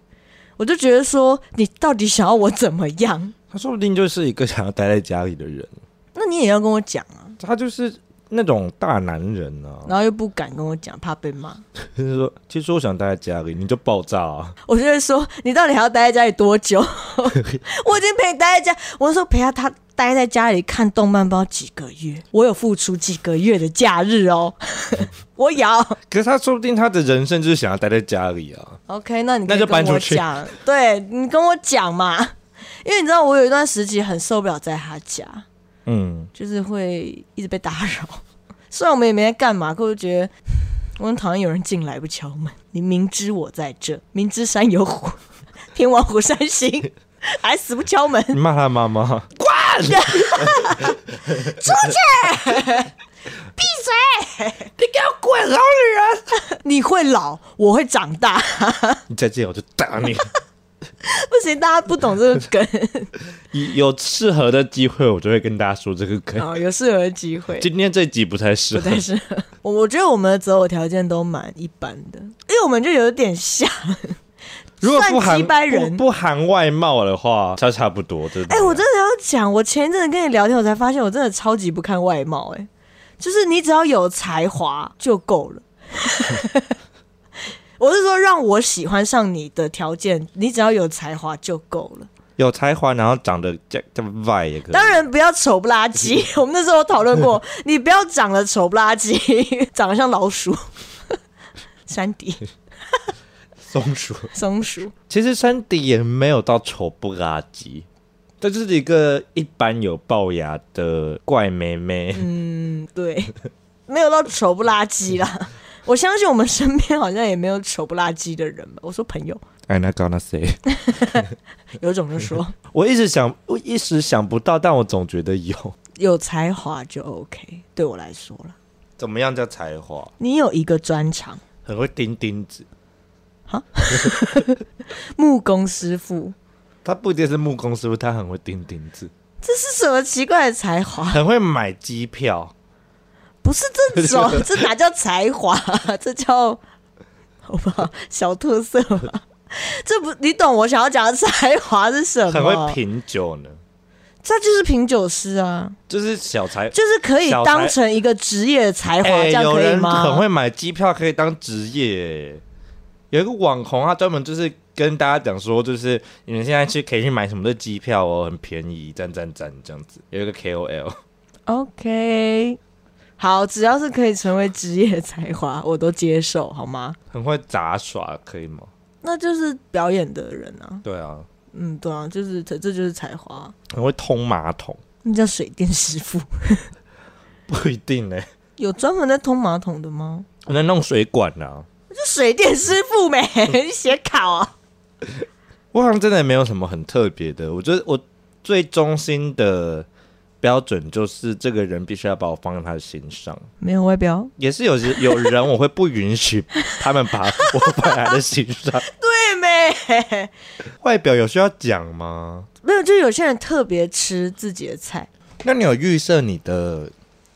Speaker 2: 我就觉得说，你到底想要我怎么样？
Speaker 3: 他说不定就是一个想要待在家里的人，
Speaker 2: 那你也要跟我讲啊，
Speaker 3: 他就是那种大男人啊，
Speaker 2: 然后又不敢跟我讲，怕被骂。
Speaker 3: 就是说，其实我想待在家里，你就爆炸啊！
Speaker 2: 我就会说，你到底还要待在家里多久？ <laughs> 我已经陪你待在家，我说陪他他待在家里看动漫包几个月，我有付出几个月的假日哦， <laughs> 我有。
Speaker 3: 可是他说不定他的人生就是想要待在家里啊。
Speaker 2: OK，那你可以
Speaker 3: 那就
Speaker 2: 跟
Speaker 3: 搬
Speaker 2: 我
Speaker 3: 出去
Speaker 2: 讲，对你跟我讲嘛，因为你知道我有一段时期很受不了在他家，
Speaker 3: 嗯，
Speaker 2: 就是会一直被打扰。 <laughs> 虽然我们也没在干嘛，可我就觉得我很讨厌有人进来不敲门。你明知我在这，明知山有虎， <laughs> 天王虎山行， <laughs> 还死不敲门。
Speaker 3: 你骂他妈妈，
Speaker 2: <laughs> 你会老，我会长大。 <laughs>
Speaker 3: 你再这样我就打你。
Speaker 2: 不行，大家不懂这个梗
Speaker 3: <laughs> 有适合的机会，我就会跟大家说这个梗。
Speaker 2: 哦，有适合的机会。
Speaker 3: 今天这集不太适
Speaker 2: 不
Speaker 3: 合
Speaker 2: 太，适合。 <laughs> 我我觉得我们的择偶条件都蛮一般的，因为我们就有点像。
Speaker 3: 如果不
Speaker 2: 算
Speaker 3: 含
Speaker 2: 鸡掰人
Speaker 3: 不不含外貌的话，差差不多，对不
Speaker 2: 哎、
Speaker 3: 对？
Speaker 2: 我真的要讲，我前一阵子跟你聊天，我才发现我真的超级不看外貌、哎，就是你只要有才华就够了。 <laughs> 我是说，让我喜欢上你的条件，你只要有才华就够了。
Speaker 3: 有才华，然后长得这这 v 也可以。
Speaker 2: 当然不要丑不拉几，我们那时候有讨论过，你不要长得丑不拉几，长得像老鼠、山迪、
Speaker 3: 松鼠
Speaker 2: 松鼠。
Speaker 3: 其实山迪也没有到丑不拉几，这就是一个一般有龅牙的怪妹妹。
Speaker 2: 嗯，对，没有到丑不拉几啦。 <laughs> 我相信我们身边好像也没有丑不拉几的人吧。我说朋友，
Speaker 3: I'm not gonna say。
Speaker 2: 有种就说
Speaker 3: 我一直想，我一时想不到，但我总觉得有。
Speaker 2: 有才华就 OK，对我来说了。
Speaker 3: 怎么样叫才华？
Speaker 2: 你有一个专长，
Speaker 3: 很会钉钉子。
Speaker 2: 木工师傅，
Speaker 3: 他不一定是木工师傅，他很会钉钉子，
Speaker 2: 这是什么奇怪的才
Speaker 3: <laughs>
Speaker 2: 华？
Speaker 3: 很会买机票。
Speaker 2: 不是这种，
Speaker 3: <laughs>
Speaker 2: 这哪叫才华？ <laughs> 这叫好不好？小特色吧。这不，你懂我想要讲的才华是什么？
Speaker 3: 很会品酒呢，
Speaker 2: 这就是品酒师啊。
Speaker 3: 就是小才。
Speaker 2: 就是可以
Speaker 3: 小才
Speaker 2: 当成一个职业的才华，这样
Speaker 3: 哎有
Speaker 2: 可以
Speaker 3: 人
Speaker 2: 吗？
Speaker 3: 很会买机票，可以当职业、有一个网红，他专门就是跟大家讲说，就是你们现在去可以去买什么的机票哦，很便宜，赞赞赞这样子。有一个 KOL，
Speaker 2: OK，好，只要是可以成为职业的才华，我都接受，好吗？
Speaker 3: 很会杂耍，可以吗？
Speaker 2: 那就是表演的人啊，
Speaker 3: 对啊，
Speaker 2: 嗯，对啊，就是这，这就是才华，
Speaker 3: 很会通马桶，
Speaker 2: 那叫水电师傅， <laughs>
Speaker 3: 不一定呢、
Speaker 2: 有专门在通马桶的吗？
Speaker 3: 我能弄水管啊。
Speaker 2: 就水电师傅没你 <laughs> 写考啊？
Speaker 3: 我好像真的没有什么很特别的，我觉得我最中心的标准就是这个人必须要把我放在他的心上。
Speaker 2: 没有外表，
Speaker 3: <laughs> 也是有些有人我会不允许他们把我摆在心上， <laughs>
Speaker 2: 对妹，
Speaker 3: 外表有需要讲吗？
Speaker 2: 没有，就有些人特别吃自己的菜，
Speaker 3: 那你有预设你的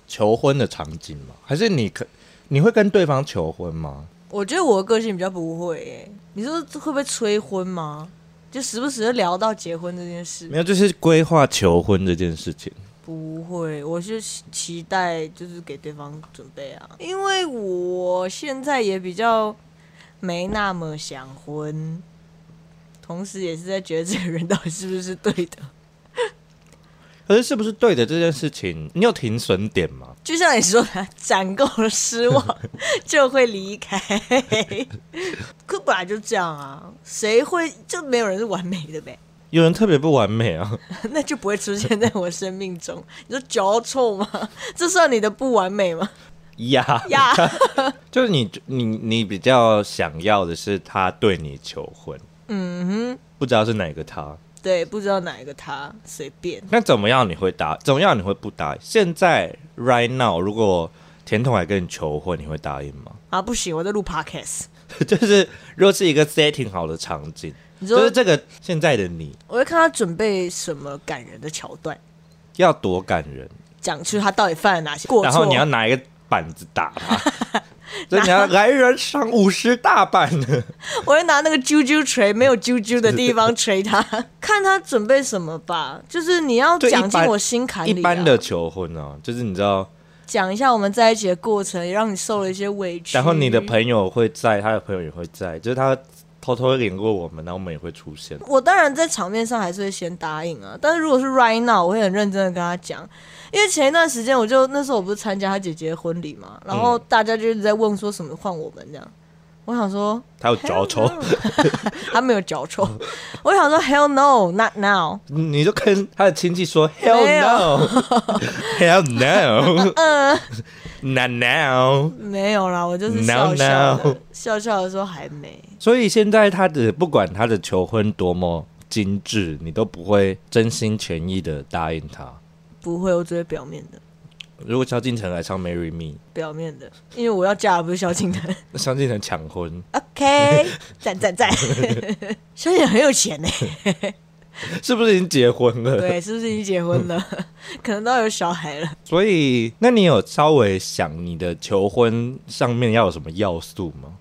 Speaker 3: 求婚的场景吗？还是你可你会跟对方求婚吗？
Speaker 2: 我觉得我的个性比较不会耶。你说会不会催婚吗？就时不时地聊到结婚这件事
Speaker 3: 没，有，就是规划求婚这件事情。
Speaker 2: 不会，我是期期待就是给对方准备啊，因为我现在也比较没那么想婚，同时也是在觉得这个人到底是不是对的。 <laughs>
Speaker 3: 可是是不是对的这件事情，你有停损点吗？
Speaker 2: 就像你说的，攒够了失望就会离开， <laughs> 可本来就这样啊，谁会就没有人是完美的呗？ <laughs>
Speaker 3: 有人特别不完美啊，
Speaker 2: 那就不会出现在我生命中。 <laughs> 你说脚臭吗？这算你的不完美吗？
Speaker 3: 呀
Speaker 2: 呀，
Speaker 3: <laughs> 就是你你你比较想要的是他对你求婚，
Speaker 2: 嗯
Speaker 3: 不知道是哪个他。
Speaker 2: 哼，对，不知道哪一个他，随便。
Speaker 3: 那怎么样你会答？怎么样你会不答应？现在 right now，如果甜筒还跟你求婚，你会答应吗？ <laughs>
Speaker 2: 啊，不行，我在录 podcast。
Speaker 3: 就是如果是一个 setting 好的场景，
Speaker 2: 你
Speaker 3: 就
Speaker 2: 说
Speaker 3: 是，这个现在的你
Speaker 2: 我会看他准备什么感人的桥段，
Speaker 3: 要多感人，
Speaker 2: 讲出他到底犯了哪些过错。
Speaker 3: 然后你要拿一个板子打他，所以你要来人赏五十大板。
Speaker 2: <laughs> 我会拿那个啾啾锤，没有啾啾的地方锤他， <laughs> 看他准备什么吧。就是你要
Speaker 3: 对
Speaker 2: 讲
Speaker 3: 一
Speaker 2: 进
Speaker 3: 般
Speaker 2: 我心坎里、
Speaker 3: <laughs> 一
Speaker 2: 啊，
Speaker 3: 般的求婚哦、就是你知道，
Speaker 2: 讲一下我们在一起的过程，也让你受了一些委屈。
Speaker 3: 然后你的朋友会在，他的朋友也会在，就是他偷偷领过我们，然后我们也会出现。
Speaker 2: 我当然在场面上还是会先答应啊，但是如果是 right now，我会很认真的跟他讲，因为前一段时间我就那时候我不是参加他姐姐的婚礼嘛，然后
Speaker 3: 嗯
Speaker 2: 大家就一直在问说什么换我们这样，我想说
Speaker 3: 他有脚臭，
Speaker 2: <laughs> 他没有脚臭，我想说 hell no，not now，
Speaker 3: 你就跟他的亲戚说 Hell
Speaker 2: 没有
Speaker 3: no，Hell <laughs>
Speaker 2: <laughs>
Speaker 3: no，Not
Speaker 2: 呃
Speaker 3: now。
Speaker 2: 没有啦，我就是
Speaker 3: No,
Speaker 2: 笑笑的
Speaker 3: no
Speaker 2: 笑笑的说还没，
Speaker 3: 所以现在他的不管他的求婚多么精致，你都不会真心全意的答应他。
Speaker 2: 不会，我只会表面的，
Speaker 3: 如果萧敬腾来唱《Marry Me
Speaker 2: 表面的，因为我要嫁的不是萧敬腾。》，
Speaker 3: 那萧敬腾抢婚 <laughs>
Speaker 2: OK，赞赞 <laughs> 赞，萧敬腾很有钱呢、
Speaker 3: 是不是已经结婚了？
Speaker 2: 对，是不是已经结婚了？可能都有小孩了。
Speaker 3: 所以，那你有稍微想你的求婚上面要有什么要素吗？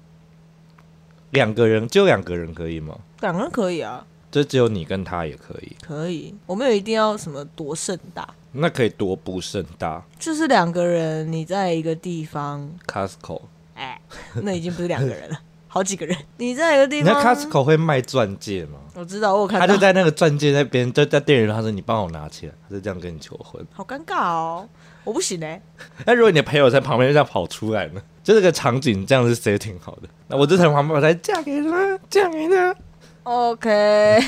Speaker 3: 两个人就两个人可以吗？
Speaker 2: 两个人可以啊，
Speaker 3: 就只有你跟他也可以，
Speaker 2: 可以。我们有一定要什么多盛大，
Speaker 3: 那可以多不盛大。
Speaker 2: 就是两个人你在一个地方，
Speaker 3: Costco，
Speaker 2: 哎，那已经不是两个人了，好几个人。你在一个地
Speaker 3: 你知道
Speaker 2: 方，
Speaker 3: Costco 会卖钻戒吗？
Speaker 2: 我知道，我有看
Speaker 3: 他
Speaker 2: 到
Speaker 3: 就，在那个钻戒那边，就在店员他说：“你帮我拿起来。”他就这样跟你求婚。
Speaker 2: 好尴尬哦，我不行嘞、
Speaker 3: 那如果你的朋友在旁边这样跑出来呢？就这个场景这样是 s e 挺好的。那我就在旁边，我才嫁给他，嫁给他。
Speaker 2: OK，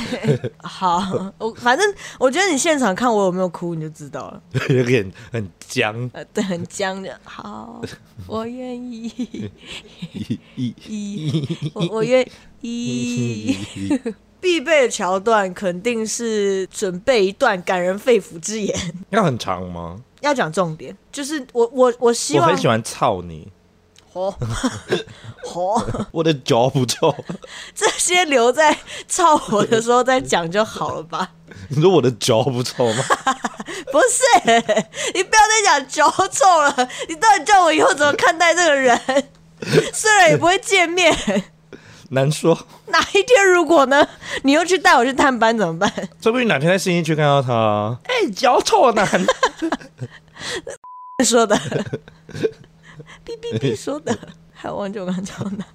Speaker 2: 好，我反正我觉得你现场看我有没有哭，你就知道了。
Speaker 3: <laughs> 有点很僵，
Speaker 2: 呃，对，很僵的。好，我愿
Speaker 3: <laughs>
Speaker 2: 意，一，我我愿意。必备的桥段肯定是准备一段感人肺腑之言， <laughs>
Speaker 3: 要很长吗？
Speaker 2: 要讲重点。就是我我我希
Speaker 3: 我
Speaker 2: 望
Speaker 3: 很
Speaker 2: <laughs>
Speaker 3: 喜欢操你，
Speaker 2: 哦哦，
Speaker 3: <laughs> 我的脚不 <laughs> 臭。
Speaker 2: <laughs> 这些留在操我的时候再讲就好了吧。
Speaker 3: 你说我的脚不臭吗？
Speaker 2: <laughs> 不是，你不要再讲脚臭了。你到底叫我以后怎么看待这个人？ <laughs> 虽然也不会见面，
Speaker 3: <laughs>
Speaker 2: <laughs>
Speaker 3: 难说，
Speaker 2: 哪一天如果呢，你又去带我去探班怎么办？ <laughs>
Speaker 3: 说不定哪天在新一区看到他啊。哎、脚臭男， <laughs>
Speaker 2: 说的， <laughs> 哔哔哔说的，还有忘记我刚刚讲到哪。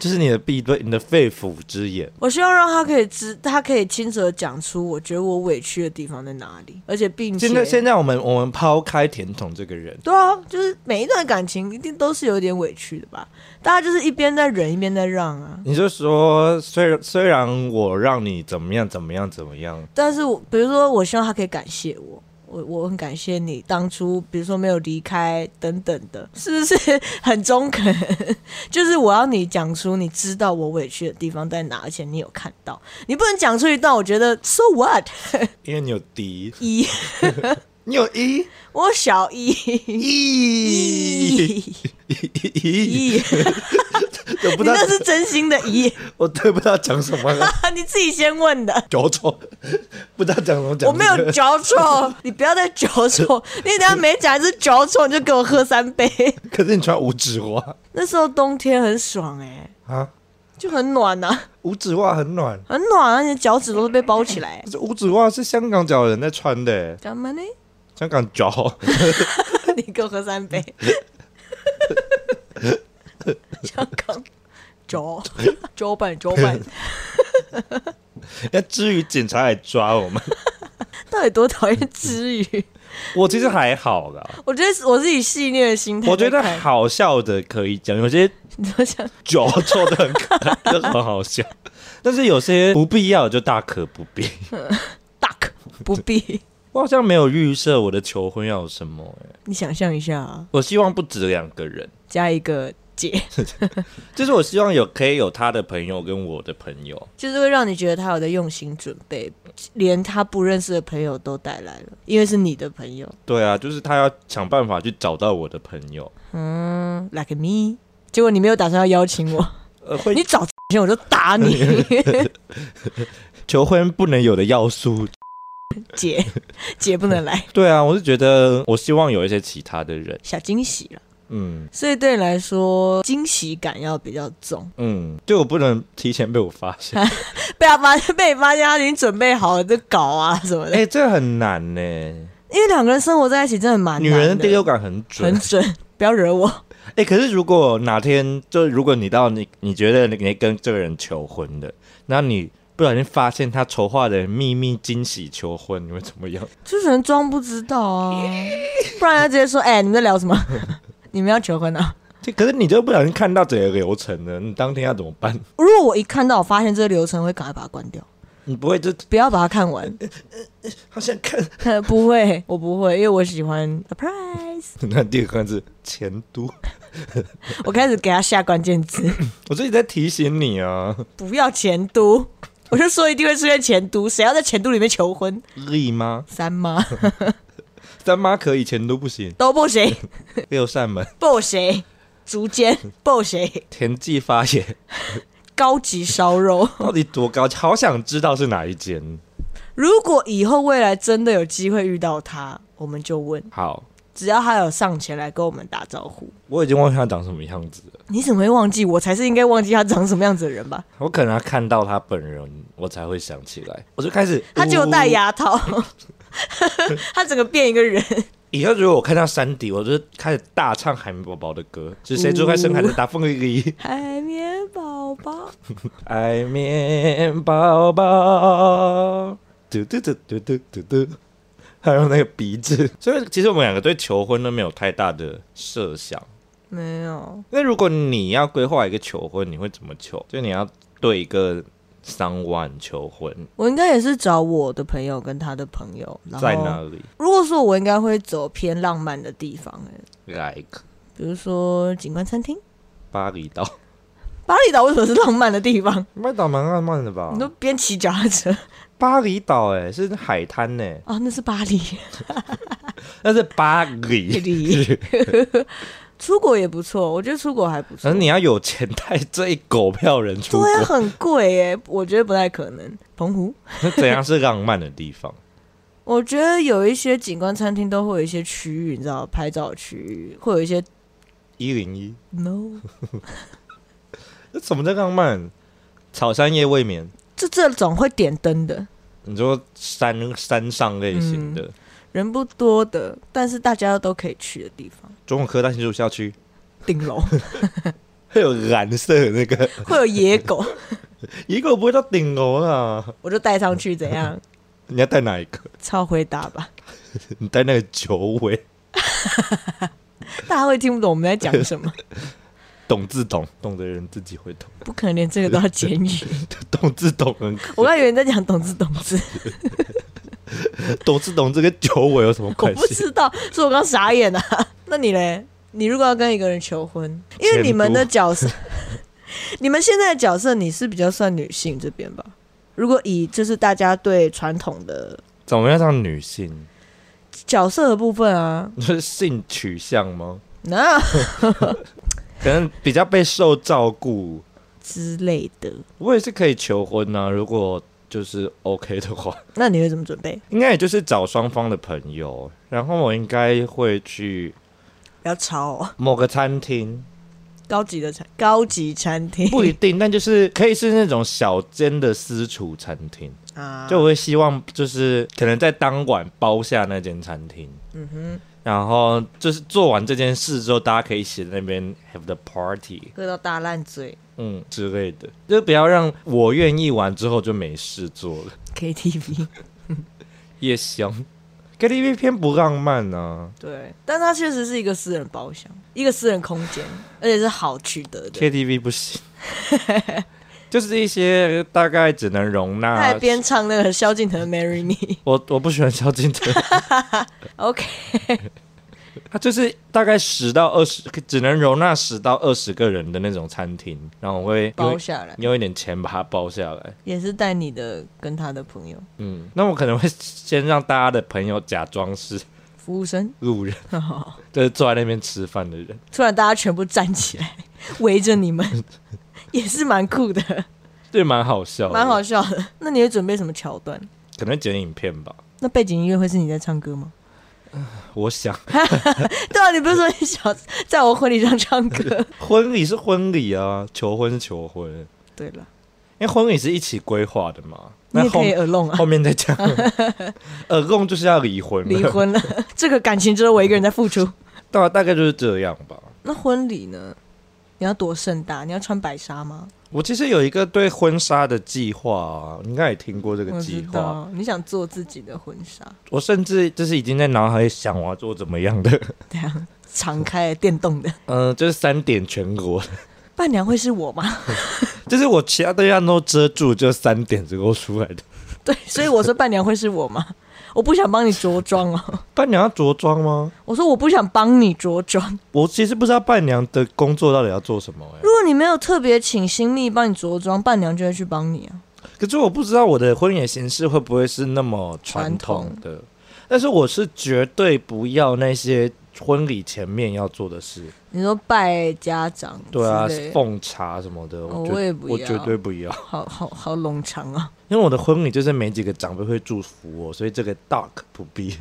Speaker 3: 这是你的必对，你的肺腑之言。
Speaker 2: <laughs> 我希望让他可以知，他可以清楚的讲出我觉得我委屈的地方在哪里，而且并且
Speaker 3: 现在现在我们我们抛开甜筒这个人，
Speaker 2: 对啊，就是每一段感情一定都是有点委屈的吧？大家就是一边在忍，一边在让啊。
Speaker 3: 你就说虽然虽然我让你怎么样怎么样怎么样，
Speaker 2: 但是我比如说，我希望他可以感谢我，我我很感谢你当初，比如说没有离开等等的，是不 <laughs> 是很中肯？ <laughs> 就是我要你讲出你知道我委屈的地方在哪，而且你有看到，你不能讲出一段我觉得 so what <laughs>
Speaker 3: 因为你有敌，
Speaker 2: 一，
Speaker 3: 你有一
Speaker 2: 我小一。
Speaker 3: 一
Speaker 2: 一
Speaker 3: <laughs> 一，
Speaker 2: 一，
Speaker 3: 我不知
Speaker 2: <laughs> 你
Speaker 3: 道
Speaker 2: 那是真心的 <laughs> 疑，
Speaker 3: 我对不知道讲什么了，
Speaker 2: 你自己先问的。
Speaker 3: 脚臭，不知道讲什么讲、
Speaker 2: 我没有嚼
Speaker 3: <laughs>
Speaker 2: 错，你不要再嚼错， <laughs> 你等下每讲一次嚼错，你就给我喝三杯。 <laughs>
Speaker 3: 可是你穿五指袜
Speaker 2: 那时候冬天很爽哎、
Speaker 3: 啊，
Speaker 2: 就很暖呐、啊，
Speaker 3: 五指袜很暖，
Speaker 2: 很暖、啊，你的脚趾都是被包起来、
Speaker 3: 这五指袜是香港脚人在穿的欸，
Speaker 2: 干嘛呢？
Speaker 3: 香港 <laughs> 脚
Speaker 2: 你给我喝三杯。香港嚼嚼板嚼板，
Speaker 3: 那至于警察来抓我们，
Speaker 2: 到底多讨厌之语？
Speaker 3: 我其实还好啦，
Speaker 2: 我觉得是我自己戏虐的心态
Speaker 3: <laughs> 我
Speaker 2: 在
Speaker 3: 觉
Speaker 2: 看。
Speaker 3: 得好笑的可以讲，有些
Speaker 2: 你都想
Speaker 3: 脚臭的很可爱，就很好笑， <laughs> 但是有些不必要的就大可不必。
Speaker 2: duck 不必，
Speaker 3: <laughs> 我好像没有预设我的求婚要有什么、欸，
Speaker 2: 你想象一下、啊，
Speaker 3: 我希望不止两个人，
Speaker 2: 加一个姐，
Speaker 3: 就是我希望有可以有他的朋友跟我的朋友，
Speaker 2: 就是会让你觉得他有在用心准备，连他不认识的朋友都带来了，因为是你的朋友，
Speaker 3: 对啊，就是他要想办法去找到我的朋友，
Speaker 2: 嗯，like me。结果你没有打算要邀请我，
Speaker 3: 呃，会
Speaker 2: <laughs> 你找我就打 <laughs> 你，
Speaker 3: 求婚不能有的要素，
Speaker 2: 姐姐不能来，
Speaker 3: 对啊，我是觉得我希望有一些其他的人，
Speaker 2: 小惊喜了。
Speaker 3: 嗯
Speaker 2: 所以对你来说，惊喜感要比较重。
Speaker 3: 嗯，就我不能提前被我发 <laughs> 现，
Speaker 2: 被他发现， <laughs> 被你发现他已经准备好了就搞啊什么的，
Speaker 3: 哎、这很难呢、
Speaker 2: 因为两个人生活在一起真的蛮
Speaker 3: 女
Speaker 2: 难
Speaker 3: 人的
Speaker 2: 的
Speaker 3: 第六感很准
Speaker 2: 很，准，不要惹我。
Speaker 3: 哎、可是如果哪天，就是如果你到你你觉得你跟这个人求婚的，那你不小心发现他筹划的秘密惊喜求婚，你会怎么样？
Speaker 2: 就只能装不知道啊， <laughs> 不然他直接说：“哎、你们在聊什么？ <laughs> 你们要求婚啊
Speaker 3: 这可是你就不小心看到整个流程了，你当天要怎么办？？”
Speaker 2: 如果我一看到，我发现这个流程，我会赶快把它关掉，
Speaker 3: 你不会就
Speaker 2: 不要把它看完。 <laughs>
Speaker 3: 好想看？
Speaker 2: 不会，我不会，因为我喜欢 surprise。
Speaker 3: <laughs> 那第二个是前都，
Speaker 2: 我开始给他下关键字，
Speaker 3: 我自己在提醒你 <laughs> 啊，
Speaker 2: 不要前都， <laughs> 我就说一定会出现前都，谁要在前都里面求婚？
Speaker 3: 力吗？
Speaker 2: 三妈 <laughs>
Speaker 3: 三妈可以，前都不行。
Speaker 2: 都不行，
Speaker 3: 六扇门，
Speaker 2: 不行，竹间不行，
Speaker 3: 田忌发言，
Speaker 2: 高级烧肉。
Speaker 3: 到底多高？好想知道是哪一间。
Speaker 2: 如果以后未来真的有机会遇到他，我们就问。
Speaker 3: 好，
Speaker 2: 只要他有上前来跟我们打招呼，
Speaker 3: 我已经忘记他长什么样子了。
Speaker 2: 你怎么会忘记？我才是应该忘记他长什么样子的人吧？
Speaker 3: 我可能要看到他本人，我才会想起来。我就开始，
Speaker 2: 他只有戴。牙套，
Speaker 3: 哦
Speaker 2: <laughs> 他整个变一个人。
Speaker 3: 以后如果我看到山迪，我就开始大唱海绵宝宝的歌，就是谁住在深海的大风
Speaker 2: <laughs>
Speaker 3: 里，
Speaker 2: 海绵宝宝，
Speaker 3: 海绵宝宝，嘟嘟嘟嘟嘟嘟嘟，还有那个鼻子。所以其实我们两个对求婚都没有太大的设想。
Speaker 2: 没有，
Speaker 3: 那如果你要规划一个求婚，你会怎么求？就你要对一个 someone 求婚，
Speaker 2: 我应该也是找我的朋友跟他的朋友。然后
Speaker 3: 在哪里
Speaker 2: 如果说我应该会走偏浪漫的地方、欸，
Speaker 3: ？Like
Speaker 2: 比如说景观餐厅。
Speaker 3: 巴厘岛，
Speaker 2: 巴厘岛为什么是浪漫的地 <laughs> 方？
Speaker 3: 巴厘岛蛮浪漫的吧？
Speaker 2: 你都边骑脚踏车
Speaker 3: 巴厘岛哎、是海滩呢、
Speaker 2: 啊，那是巴 <laughs> 黎。
Speaker 3: 那是巴
Speaker 2: <laughs>
Speaker 3: 黎。
Speaker 2: 黎出国也不错，我觉得出国还不
Speaker 3: 可
Speaker 2: 错
Speaker 3: 是。你要有钱带这一狗票人出
Speaker 2: 对啊，
Speaker 3: 国，
Speaker 2: 很贵耶，我觉得不太可能。澎湖，
Speaker 3: 那怎样是浪漫的地方？
Speaker 2: 我觉得有一些景观餐厅都会有一些区域，你知道，拍照区域会有一些
Speaker 3: 一零一，
Speaker 2: <laughs> no，
Speaker 3: 那什么叫浪漫？草山夜未眠，
Speaker 2: 就这种会点灯的，
Speaker 3: 你说山山上类
Speaker 2: 嗯
Speaker 3: 型的，
Speaker 2: 人不多的，但是大家都可以去的地方。
Speaker 3: 中国科大新竹校区
Speaker 2: 顶楼 <laughs>
Speaker 3: 会有蓝色的那个，
Speaker 2: 会有野狗，
Speaker 3: 一个我不会到顶楼啊啦。
Speaker 2: 我就带上去，怎
Speaker 3: <laughs>
Speaker 2: 样？
Speaker 3: 你要带哪一个？ <laughs>
Speaker 2: 超会打吧，
Speaker 3: 你带那个九尾，
Speaker 2: 大家会听不懂我们在讲
Speaker 3: <laughs>
Speaker 2: 什么，
Speaker 3: 懂自懂，懂的人自己会 <laughs> 懂，
Speaker 2: 不可能连这个都要监
Speaker 3: <laughs>
Speaker 2: 狱。
Speaker 3: 懂自懂很可
Speaker 2: <laughs> 我刚以为你在讲懂字懂字，
Speaker 3: <laughs> 懂自懂这跟九尾有什么
Speaker 2: 我
Speaker 3: 关
Speaker 2: 不
Speaker 3: 系？
Speaker 2: 知道，所以我刚傻眼啊。 <laughs> 那你嘞？你如果要跟一个人求婚，因为你们的
Speaker 3: <laughs>
Speaker 2: 角色， <laughs> 你们现在的角色，你是比较算女性这边吧？如果以就是大家对传统的
Speaker 3: <laughs> 怎么样让女性？
Speaker 2: 角色的部分啊，
Speaker 3: 就是性取向吗？
Speaker 2: 那
Speaker 3: 可能比较备受照顾。
Speaker 2: 之类的。
Speaker 3: 我也是可以求婚呐、如果就是 OK 的话， <laughs>
Speaker 2: 那你会怎么准备？
Speaker 3: 应该也就是找双方的朋友，然后我应该会去
Speaker 2: 不要吵哦，
Speaker 3: 某个餐厅，
Speaker 2: 高级的餐高级餐厅
Speaker 3: 不一定，但就是可以是那种小间的私厨餐厅。
Speaker 2: 啊，
Speaker 3: 就我会希望就是可能在当晚包下那间餐厅，嗯哼，然后就是做完这件事之后，大家可以一起在那边 have the party，
Speaker 2: 喝到大烂醉
Speaker 3: 嗯之类的，就不要让我愿意完之后就没事做了。
Speaker 2: KTV。
Speaker 3: 夜香 KTV 偏不浪漫啊
Speaker 2: <laughs> 对，但它确实是一个私人包厢，一个私人空间，而且是好取得的。
Speaker 3: ，KTV 不行， <laughs> 就是一些大概只能容
Speaker 2: 他还
Speaker 3: 纳。
Speaker 2: 边唱那个萧敬腾的《Marry Me》
Speaker 3: <laughs> 我我不喜欢萧敬
Speaker 2: <laughs>
Speaker 3: 腾，
Speaker 2: ，OK，
Speaker 3: 它就是大概十到二十，只能容纳十到二十个人的那种餐厅，然后我会因为
Speaker 2: 包下来
Speaker 3: 用一点钱把它包下来。
Speaker 2: 也是带你的跟他的朋友
Speaker 3: 嗯，那我可能会先让大家的朋友假装是
Speaker 2: 服
Speaker 3: <laughs>
Speaker 2: 务生，
Speaker 3: 路人，就是坐在那边吃饭的人，
Speaker 2: 突然大家全部站起来围着你们，
Speaker 3: <laughs>
Speaker 2: 也是蛮酷的，
Speaker 3: 对，蛮好笑的，
Speaker 2: 蛮好，笑的。那你会准备什么桥段？
Speaker 3: 可能剪影片吧。
Speaker 2: 那背景音乐会是你在唱歌吗？
Speaker 3: 我想
Speaker 2: 对啊，你不是说你想在我婚礼上唱
Speaker 3: <laughs>
Speaker 2: 歌？
Speaker 3: 婚礼是婚礼啊，求婚是求婚，
Speaker 2: 对了，
Speaker 3: 因为婚礼是一起规划的嘛。
Speaker 2: 你
Speaker 3: 那
Speaker 2: 也
Speaker 3: 后
Speaker 2: 可以 alone 啊
Speaker 3: 后，面再
Speaker 2: <laughs>
Speaker 3: 讲，呃，共就是要离婚了，啊
Speaker 2: 离婚了，这个感情只有我一个人在付出。
Speaker 3: 大大概就是这样吧。
Speaker 2: 那婚礼呢？你要多盛大？你要穿白纱吗？
Speaker 3: 我其实有一个对婚纱的计划、啊，你应该也听过这个
Speaker 2: 我
Speaker 3: 计
Speaker 2: 知
Speaker 3: 划。
Speaker 2: 道，你想做自己的婚纱，
Speaker 3: 我甚至就是已经在脑海里想我要做怎么样的，
Speaker 2: 这样敞开电动的。
Speaker 3: 嗯、就是三点全国， <laughs>
Speaker 2: 伴娘会是我吗？ <laughs>
Speaker 3: 就是我其他对象都遮住，就三点只够出来的。
Speaker 2: 对，所以我说伴娘会是我吗？我不想帮你着装哦，
Speaker 3: 伴娘要着装吗？
Speaker 2: 我说我不想帮你着装。
Speaker 3: 我其实不知道伴娘的工作到底要做什么、欸
Speaker 2: 如，果你没有特别请新密帮你着装，伴娘就会去帮你啊。
Speaker 3: 可是我不知道我的婚宴形式会不会是那么传统的，但是我是绝对不要那些婚礼前面要做的事，
Speaker 2: 你说拜家长之
Speaker 3: 对啊
Speaker 2: 类，的，
Speaker 3: 奉茶什么的，
Speaker 2: 哦
Speaker 3: 我绝
Speaker 2: 我也不要
Speaker 3: 我绝对不要，
Speaker 2: 好好好冗长啊。
Speaker 3: 因为我的婚礼就是没几个长辈会祝福我，所以这个 duck 不必。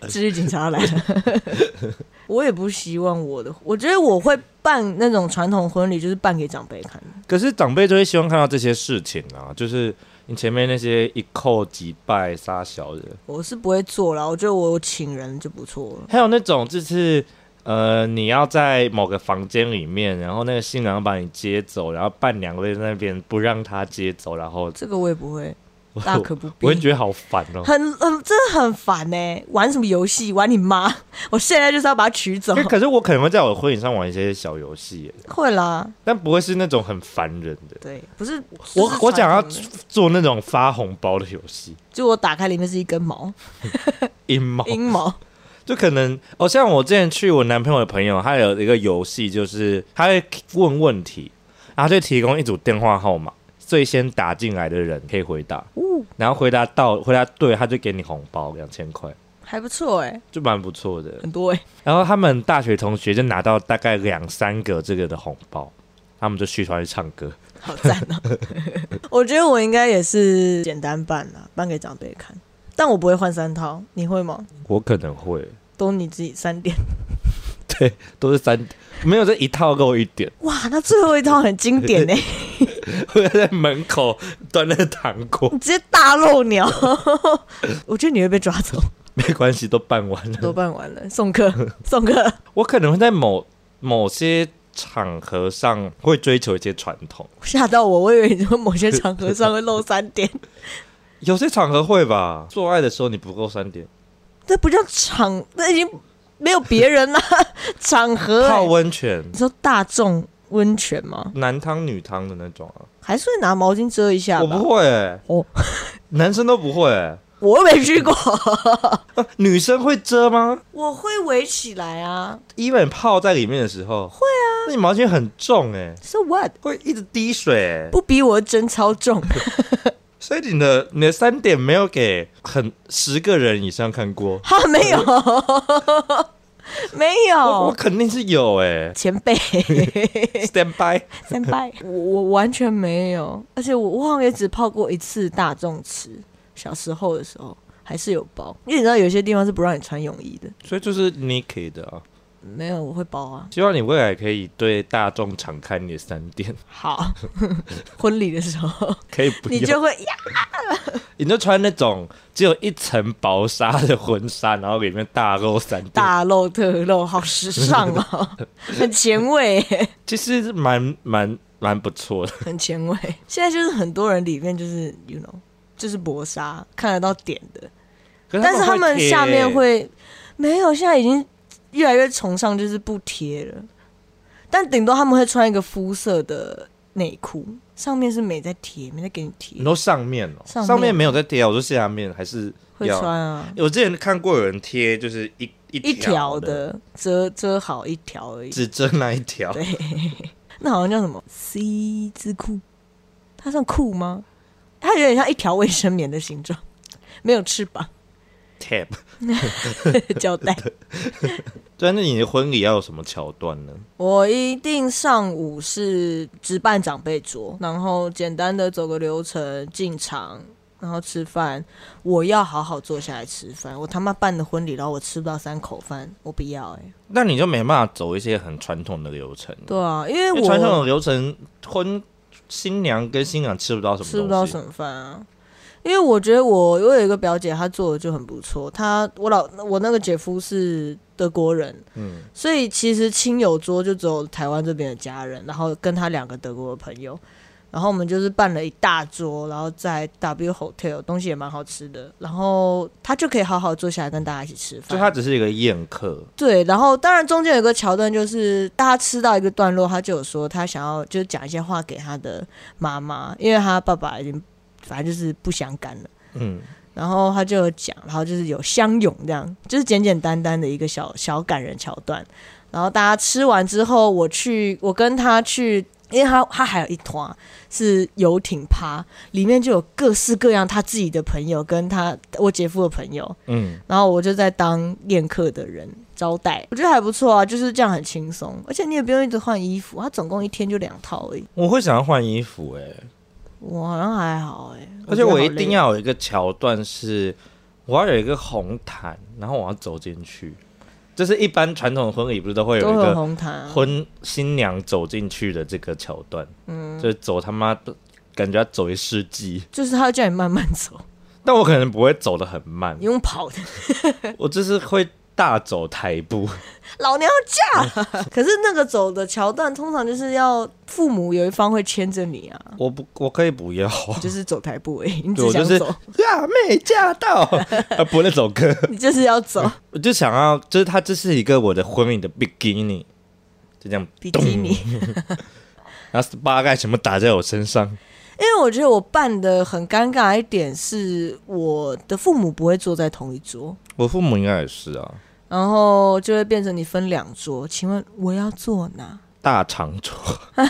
Speaker 3: 呃
Speaker 2: 治愈警察来了。 <laughs> 我也不希望我的，我觉得我会办那种传统婚礼，就是办给长辈看的。
Speaker 3: 可是长辈就会希望看到这些事情啊，就是你前面那些一扣几拜杀小人，
Speaker 2: 我是不会做啦，我觉得我请人就不错了。
Speaker 3: 还有那种就是。呃，你要在某个房间里面，然后那个新郎把你接走，然后伴娘会在那边不让他接走，然后
Speaker 2: 这个我也
Speaker 3: <laughs>
Speaker 2: 不会，
Speaker 3: 我
Speaker 2: 大可不必。
Speaker 3: 我会觉得好烦
Speaker 2: <laughs>
Speaker 3: 哦、
Speaker 2: 很很真的很烦呢、玩什么游戏？玩你妈！ <laughs> 我现在就是要把它取走
Speaker 3: 因为。可是我可能会在我的婚礼上玩一些小游戏耶，
Speaker 2: <laughs> 会啦，
Speaker 3: 但不会是那种很烦人的。
Speaker 2: 对，不是
Speaker 3: 我我啊想要
Speaker 2: 就是传统的
Speaker 3: 做那种发红包的游戏，
Speaker 2: 就我打开里面是一根
Speaker 3: 哦
Speaker 2: 毛，
Speaker 3: 阴谋
Speaker 2: 阴毛，
Speaker 3: <laughs> 就可能哦，像我之前去我男朋友的朋友，他有一个游戏，就是他会问问题，然后就提供一组电话号码，最先打进来的人可以回答，
Speaker 2: 呜，
Speaker 3: 然后回答到回答对，他就给你红包两千块，
Speaker 2: 还不错哎、
Speaker 3: 就蛮不错的。
Speaker 2: 很多哎、
Speaker 3: 然后他们大学同学就拿到大概两三个这个的红包，他们就去团去唱歌。
Speaker 2: 好赞哦！ <laughs> 我觉得我应该也是简单办啦，办给长辈看，但我不会换三套，你会吗？
Speaker 3: 我可能会，
Speaker 2: 都你自己三点，
Speaker 3: 对，都是三，没有这一套够一点。
Speaker 2: 哇，那最后一套很经典呢、欸，
Speaker 3: 我要在门口 <laughs> 端那个糖果，
Speaker 2: 直接大漏鸟， <laughs> 我觉得你会被抓走。
Speaker 3: 没关系，都办完了。
Speaker 2: 都办完了，
Speaker 3: <laughs>
Speaker 2: 送客，送客，
Speaker 3: 我可能会在某某些场合上会追求一些传统，
Speaker 2: 吓到我，我以为你说某些场合上会漏三点，
Speaker 3: 有些场合会吧。做爱的时候你不够三点，
Speaker 2: 这不叫场，那已经没有别人啦， <laughs> 场合欸、
Speaker 3: 泡温泉，
Speaker 2: 你说大众温泉吗？
Speaker 3: 男汤女汤的那种啊，
Speaker 2: 还是会拿毛巾遮一下
Speaker 3: 我
Speaker 2: 吧？
Speaker 3: 不会、欸，
Speaker 2: 哦
Speaker 3: 男生都不会、欸
Speaker 2: 我又没去过。
Speaker 3: 啊女生会遮吗？
Speaker 2: 我会围起来啊。
Speaker 3: 因为泡在里面的时候，会啊，那你毛巾很重哎、
Speaker 2: So what？
Speaker 3: 会一直滴水、欸，
Speaker 2: 不比我的针超
Speaker 3: <laughs>
Speaker 2: 重，
Speaker 3: 所以你的你的三点没有给很十个人以上看过，
Speaker 2: 哈，没有，没
Speaker 3: 我我
Speaker 2: 有
Speaker 3: 肯定是有 <laughs> 哎、
Speaker 2: 前辈
Speaker 3: Stand by，
Speaker 2: 三拜，我我完全没有，而且我我好像也只泡过一次大众池，小时候的时候还是有包，因为你知道有些地方是不让你穿泳衣的，
Speaker 3: 所以就是 Nike 的啊。
Speaker 2: 没有我会包啊。
Speaker 3: 希望你未来可以对大众敞开你的三点， <laughs>
Speaker 2: 好， <laughs> 婚礼的时候
Speaker 3: 可以不
Speaker 2: 你
Speaker 3: 用，你
Speaker 2: 就
Speaker 3: 就
Speaker 2: 会呀，
Speaker 3: 穿那种只有一层薄纱的婚纱，然后里面大露三点，
Speaker 2: 大露特露，好时尚哦，很前卫耶，
Speaker 3: 其实是蛮蛮蛮不错的。
Speaker 2: 很前卫。现在就是很多人里面就是，you know，就是薄纱看得到点的，
Speaker 3: 可
Speaker 2: 但是他们
Speaker 3: 贴
Speaker 2: 下面会没有，现在已经越来越崇尚就是不贴了，但顶多他们会穿一个肤色的内裤，上面是没在贴，没在给你贴
Speaker 3: 你，说上面哦、
Speaker 2: 上面
Speaker 3: 上面没有在贴啊，我说下面还是
Speaker 2: 会
Speaker 3: 要。
Speaker 2: 穿啊，
Speaker 3: 我之前看过有人贴，就是一一
Speaker 2: 一条
Speaker 3: 的，
Speaker 2: 的遮遮好一条而已。
Speaker 3: 只针那一条，
Speaker 2: 对，那好像叫什么 C 字裤，它算裤吗？它有点像一条卫生棉的形状，没有翅膀，
Speaker 3: tab。
Speaker 2: 胶带。
Speaker 3: 对，那你的婚礼要有什么桥段呢？
Speaker 2: 我一定上午是值班长辈桌，然后简单的走个流程进场，然后吃饭。我要好好坐下来吃饭。我他妈办的婚礼，然后我吃不到三口饭，我不要哎、
Speaker 3: 那你就没办法走一些很传统的流程。
Speaker 2: 对啊，因为
Speaker 3: 因
Speaker 2: 我
Speaker 3: 为传统的流程，婚新娘跟新郎吃不到什么东西，
Speaker 2: 吃不到什么饭啊。因为我觉得我我有一个表姐，她做的就很不错。她我老我那个姐夫是德国人，
Speaker 3: 嗯，
Speaker 2: 所以其实亲友桌就只有台湾这边的家人，然后跟他两个德国的朋友，然后我们就是办了一大桌，然后在 W Hotel 东西也蛮好吃的，然后他就可以好好坐下来跟大家一起吃
Speaker 3: 就它
Speaker 2: 饭。
Speaker 3: 只是一个宴客，
Speaker 2: 对，然后当然中间有个桥段，就是大家吃到一个段落，他就有说他想要就是讲一些话给他的妈妈，因为他爸爸已经反正就是不相干了。
Speaker 3: 嗯，
Speaker 2: 然后他就有讲，然后就是有相拥这样，就是简简单单的一个小小感人桥段。然后大家吃完之后，我去，我跟他去，因为他他还有一团是游艇趴，里面就有各式各样他自己的朋友跟他我姐夫的朋友，
Speaker 3: 嗯，
Speaker 2: 然后我就在当宴客的人招待，我觉得还不错啊，就是这样很轻松，而且你也不用一直换衣服，他总共一天就两套而已，
Speaker 3: 我会想要换衣服哎、
Speaker 2: 我好像还好哎、
Speaker 3: 而且我一
Speaker 2: 觉得好累
Speaker 3: 定要有一个桥段是，我要有一个红毯，然后我要走进去，就是一般传统婚礼不是都会有
Speaker 2: 都
Speaker 3: 一
Speaker 2: 很
Speaker 3: 个
Speaker 2: 红毯、啊，
Speaker 3: 婚新娘走进去的这个桥段，嗯，就是走他妈的感觉要走一世纪，
Speaker 2: 就是他会叫你慢慢走，
Speaker 3: 但我可能不会走得很慢
Speaker 2: 你，用跑的。 <laughs>
Speaker 3: 我就是会大走台步，
Speaker 2: 老娘要
Speaker 3: <laughs>
Speaker 2: 嫁。可是那个走的桥段，通常就是要父母有一方会牵着你啊，
Speaker 3: 我不我可以不要。
Speaker 2: 你就是走台步而已，你
Speaker 3: 哦对
Speaker 2: 只
Speaker 3: 我
Speaker 2: 想
Speaker 3: 就是
Speaker 2: <laughs> 走，
Speaker 3: 辣妹驾 <laughs> 到，啊，不那首歌，
Speaker 2: 你就是要走。
Speaker 3: <laughs> 我就想要，就是它这是一个我的婚礼的 beginning，就这样，
Speaker 2: 比基尼，
Speaker 3: 然后 SPA 盖全部打在我身上，
Speaker 2: 因为我觉得我办的很尴尬一点是，我的父母不会坐在同一桌，
Speaker 3: 我父母应该也是啊，
Speaker 2: 然后就会变成你分两桌。请问我要坐哪？
Speaker 3: 大长桌，
Speaker 2: <laughs>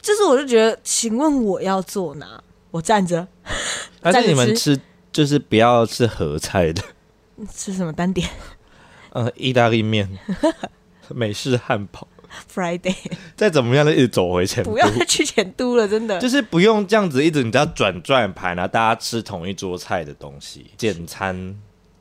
Speaker 2: 就是我就觉得，请问我要坐哪？我站着
Speaker 3: 但
Speaker 2: 站着
Speaker 3: 是你们
Speaker 2: 吃
Speaker 3: 吃就是不要吃合菜的， <laughs>
Speaker 2: 吃什么单点 <laughs>
Speaker 3: 呃，意大利面、美式汉堡，
Speaker 2: ？Friday
Speaker 3: 再怎么样都一直走回前
Speaker 2: 不
Speaker 3: 步，
Speaker 2: 要再去前都了，真的。
Speaker 3: <laughs> 就是不用这样子一直你知道转转盘，然后大家吃同一桌菜的东西，简餐。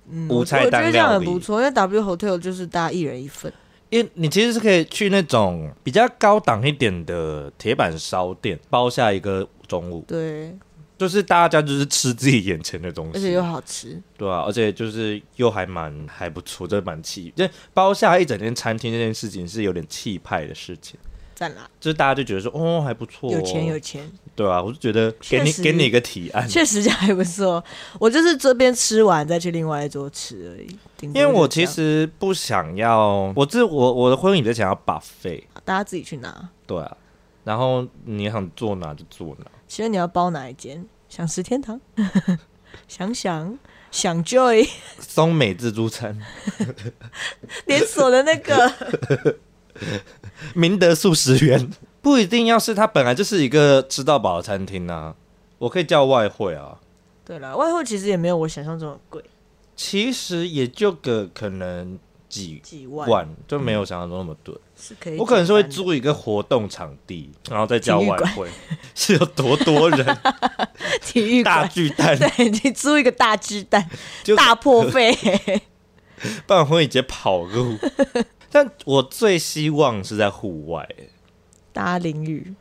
Speaker 3: 无
Speaker 2: 嗯我
Speaker 3: 菜
Speaker 2: 觉得
Speaker 3: 单
Speaker 2: 这样
Speaker 3: 料
Speaker 2: 很
Speaker 3: 理，
Speaker 2: 不错，因为 W Hotel 就是大家一人一份。
Speaker 3: 因为你其实是可以去那种比较高档一点的铁板烧店包下一个中午，
Speaker 2: 对，
Speaker 3: 就是大家就是吃自己眼前的东
Speaker 2: 而且
Speaker 3: 西
Speaker 2: 又，好吃。
Speaker 3: 对啊，而且就是又还蛮还不错，这蛮气，就包下一整间餐厅这件事情是有点气派的事情，
Speaker 2: 赞啦！
Speaker 3: 就是大家就觉得说哦还不错、哦，
Speaker 2: 有钱有钱，
Speaker 3: 对啊，我就觉得给你
Speaker 2: 确实
Speaker 3: 给你一个提案，
Speaker 2: 确实这样还不错。我就是这边吃完再去另外一桌吃而已。顶多
Speaker 3: 因为我
Speaker 2: 就这
Speaker 3: 其
Speaker 2: 样
Speaker 3: 实不想要，我自我我的婚礼就想要 buffet，
Speaker 2: 大家自己去拿，
Speaker 3: 对啊，然后你想坐哪就坐哪。
Speaker 2: 其实你要包哪一间？想吃天堂， <laughs> 想想想 Joy
Speaker 3: 松美自助餐，
Speaker 2: <laughs> 连锁的那 <laughs> 个，
Speaker 3: 明德数十元，不一定要是它本来就是一个吃到饱的餐厅啊，我可以叫外汇啊，
Speaker 2: 对了，外汇其实也没有我想象中的贵。
Speaker 3: 其实也就个可能几
Speaker 2: 几万
Speaker 3: 万，就没有想象中那么多。
Speaker 2: 是可以。
Speaker 3: 我可能是会，租一个活动场地，然后再叫
Speaker 2: 嗯体育
Speaker 3: 晚
Speaker 2: 馆
Speaker 3: 会， <laughs> 是有多多
Speaker 2: <laughs>
Speaker 3: 人
Speaker 2: 体育
Speaker 3: 大
Speaker 2: 馆，
Speaker 3: 巨
Speaker 2: <laughs>
Speaker 3: 蛋，
Speaker 2: 对你租一个大鸡 <laughs> 蛋，
Speaker 3: 就
Speaker 2: 大破 <laughs> 费，
Speaker 3: 办婚礼节跑路。但我最希望是在户外，
Speaker 2: 大家淋雨。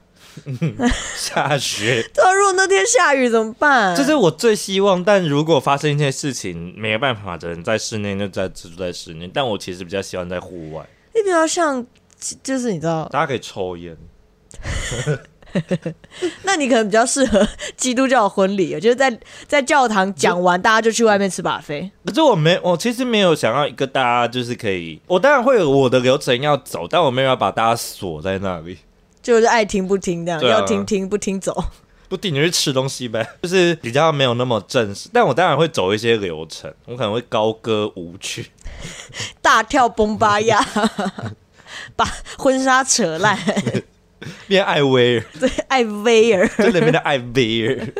Speaker 3: 下雪，
Speaker 2: 对啊，如果那天下雨怎么办？
Speaker 3: 这是我最希望。但如果发生一些事情，没有办法的人在室内就在就在室内。但我其实比较喜欢在户外，
Speaker 2: 你比较像，就是你知道，
Speaker 3: 大家可以抽烟。
Speaker 2: 那你可能比较适合基督教婚礼，就是在在教堂讲完，大家就去外面吃把飞。
Speaker 3: 可是我没，我其实没有想要一个大家就是可以，我当然会有我的流程要走，但我没有要把大家锁在那里。
Speaker 2: 就是爱听不听这样，
Speaker 3: 对啊
Speaker 2: 要听听不听走。 <laughs>
Speaker 3: 不顶你去吃东西呗，就是比较没有那么正式，但我当然会走一些流程，我可能会高歌舞曲，
Speaker 2: 大跳崩巴亚， <laughs> 把婚纱扯烂， <laughs> E
Speaker 3: 变艾薇儿，
Speaker 2: 对，艾薇儿，
Speaker 3: 这里面的艾薇儿。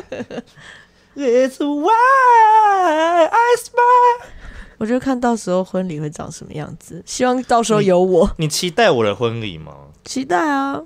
Speaker 3: It's why I smile。
Speaker 2: 我就看到时候婚礼会长什么样子，希望到时候有我，
Speaker 3: 你期待我的婚礼吗？
Speaker 2: 嗯期待啊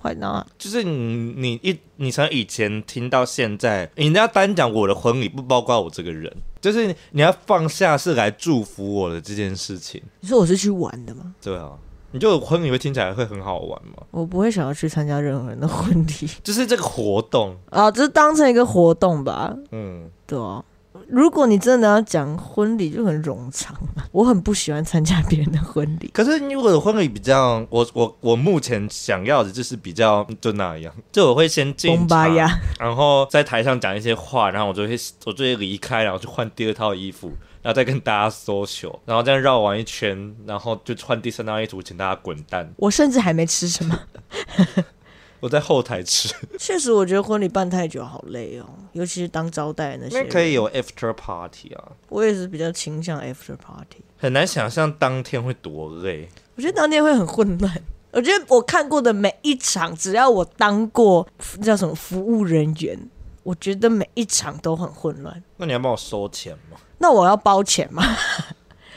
Speaker 2: ，Why not？
Speaker 3: 就是你你一你从以前听到现在，你要单讲我的婚礼，不包括我这个人，就是你要放下是来祝福我的这件事情，
Speaker 2: 你说我是去玩的吗？
Speaker 3: 对啊。你就婚礼会听起来会很好玩吗？
Speaker 2: 我不会想要去参加任何人的婚礼
Speaker 3: 就是这个活动，
Speaker 2: <laughs> 啊，只是当成一个活动吧，
Speaker 3: 嗯，
Speaker 2: 对啊。如果你真的要讲婚礼，就很冗长 <laughs> 嘛。我很不喜欢参加别人的婚礼，
Speaker 3: 可是如果的婚礼比较，我我我目前想要的就是比较就那样，就我会先进
Speaker 2: 崩巴
Speaker 3: 场，
Speaker 2: 呀，
Speaker 3: 然后在台上讲一些话，然后我就会我就会离开，然后去换第二套衣服，然后再跟大家 social，然后这样绕完一圈，然后就换第三套衣服，请大家滚蛋。
Speaker 2: 我甚至还没吃什么。
Speaker 3: 我在后台吃，
Speaker 2: <laughs> 确实，我觉得婚礼办太久好累哦，尤其是当招待那
Speaker 3: <laughs>
Speaker 2: 些。
Speaker 3: 那可以，有 after party 啊，
Speaker 2: 我也是比较倾向 after party。
Speaker 3: 很难想象当天会多累。
Speaker 2: 我觉得当天会很混乱。我觉得我看过的每一场，只要我当过那叫什么服务人员，我觉得每一场都很混乱。
Speaker 3: 那你要帮我收钱吗？
Speaker 2: 那我要包钱吗？ <laughs>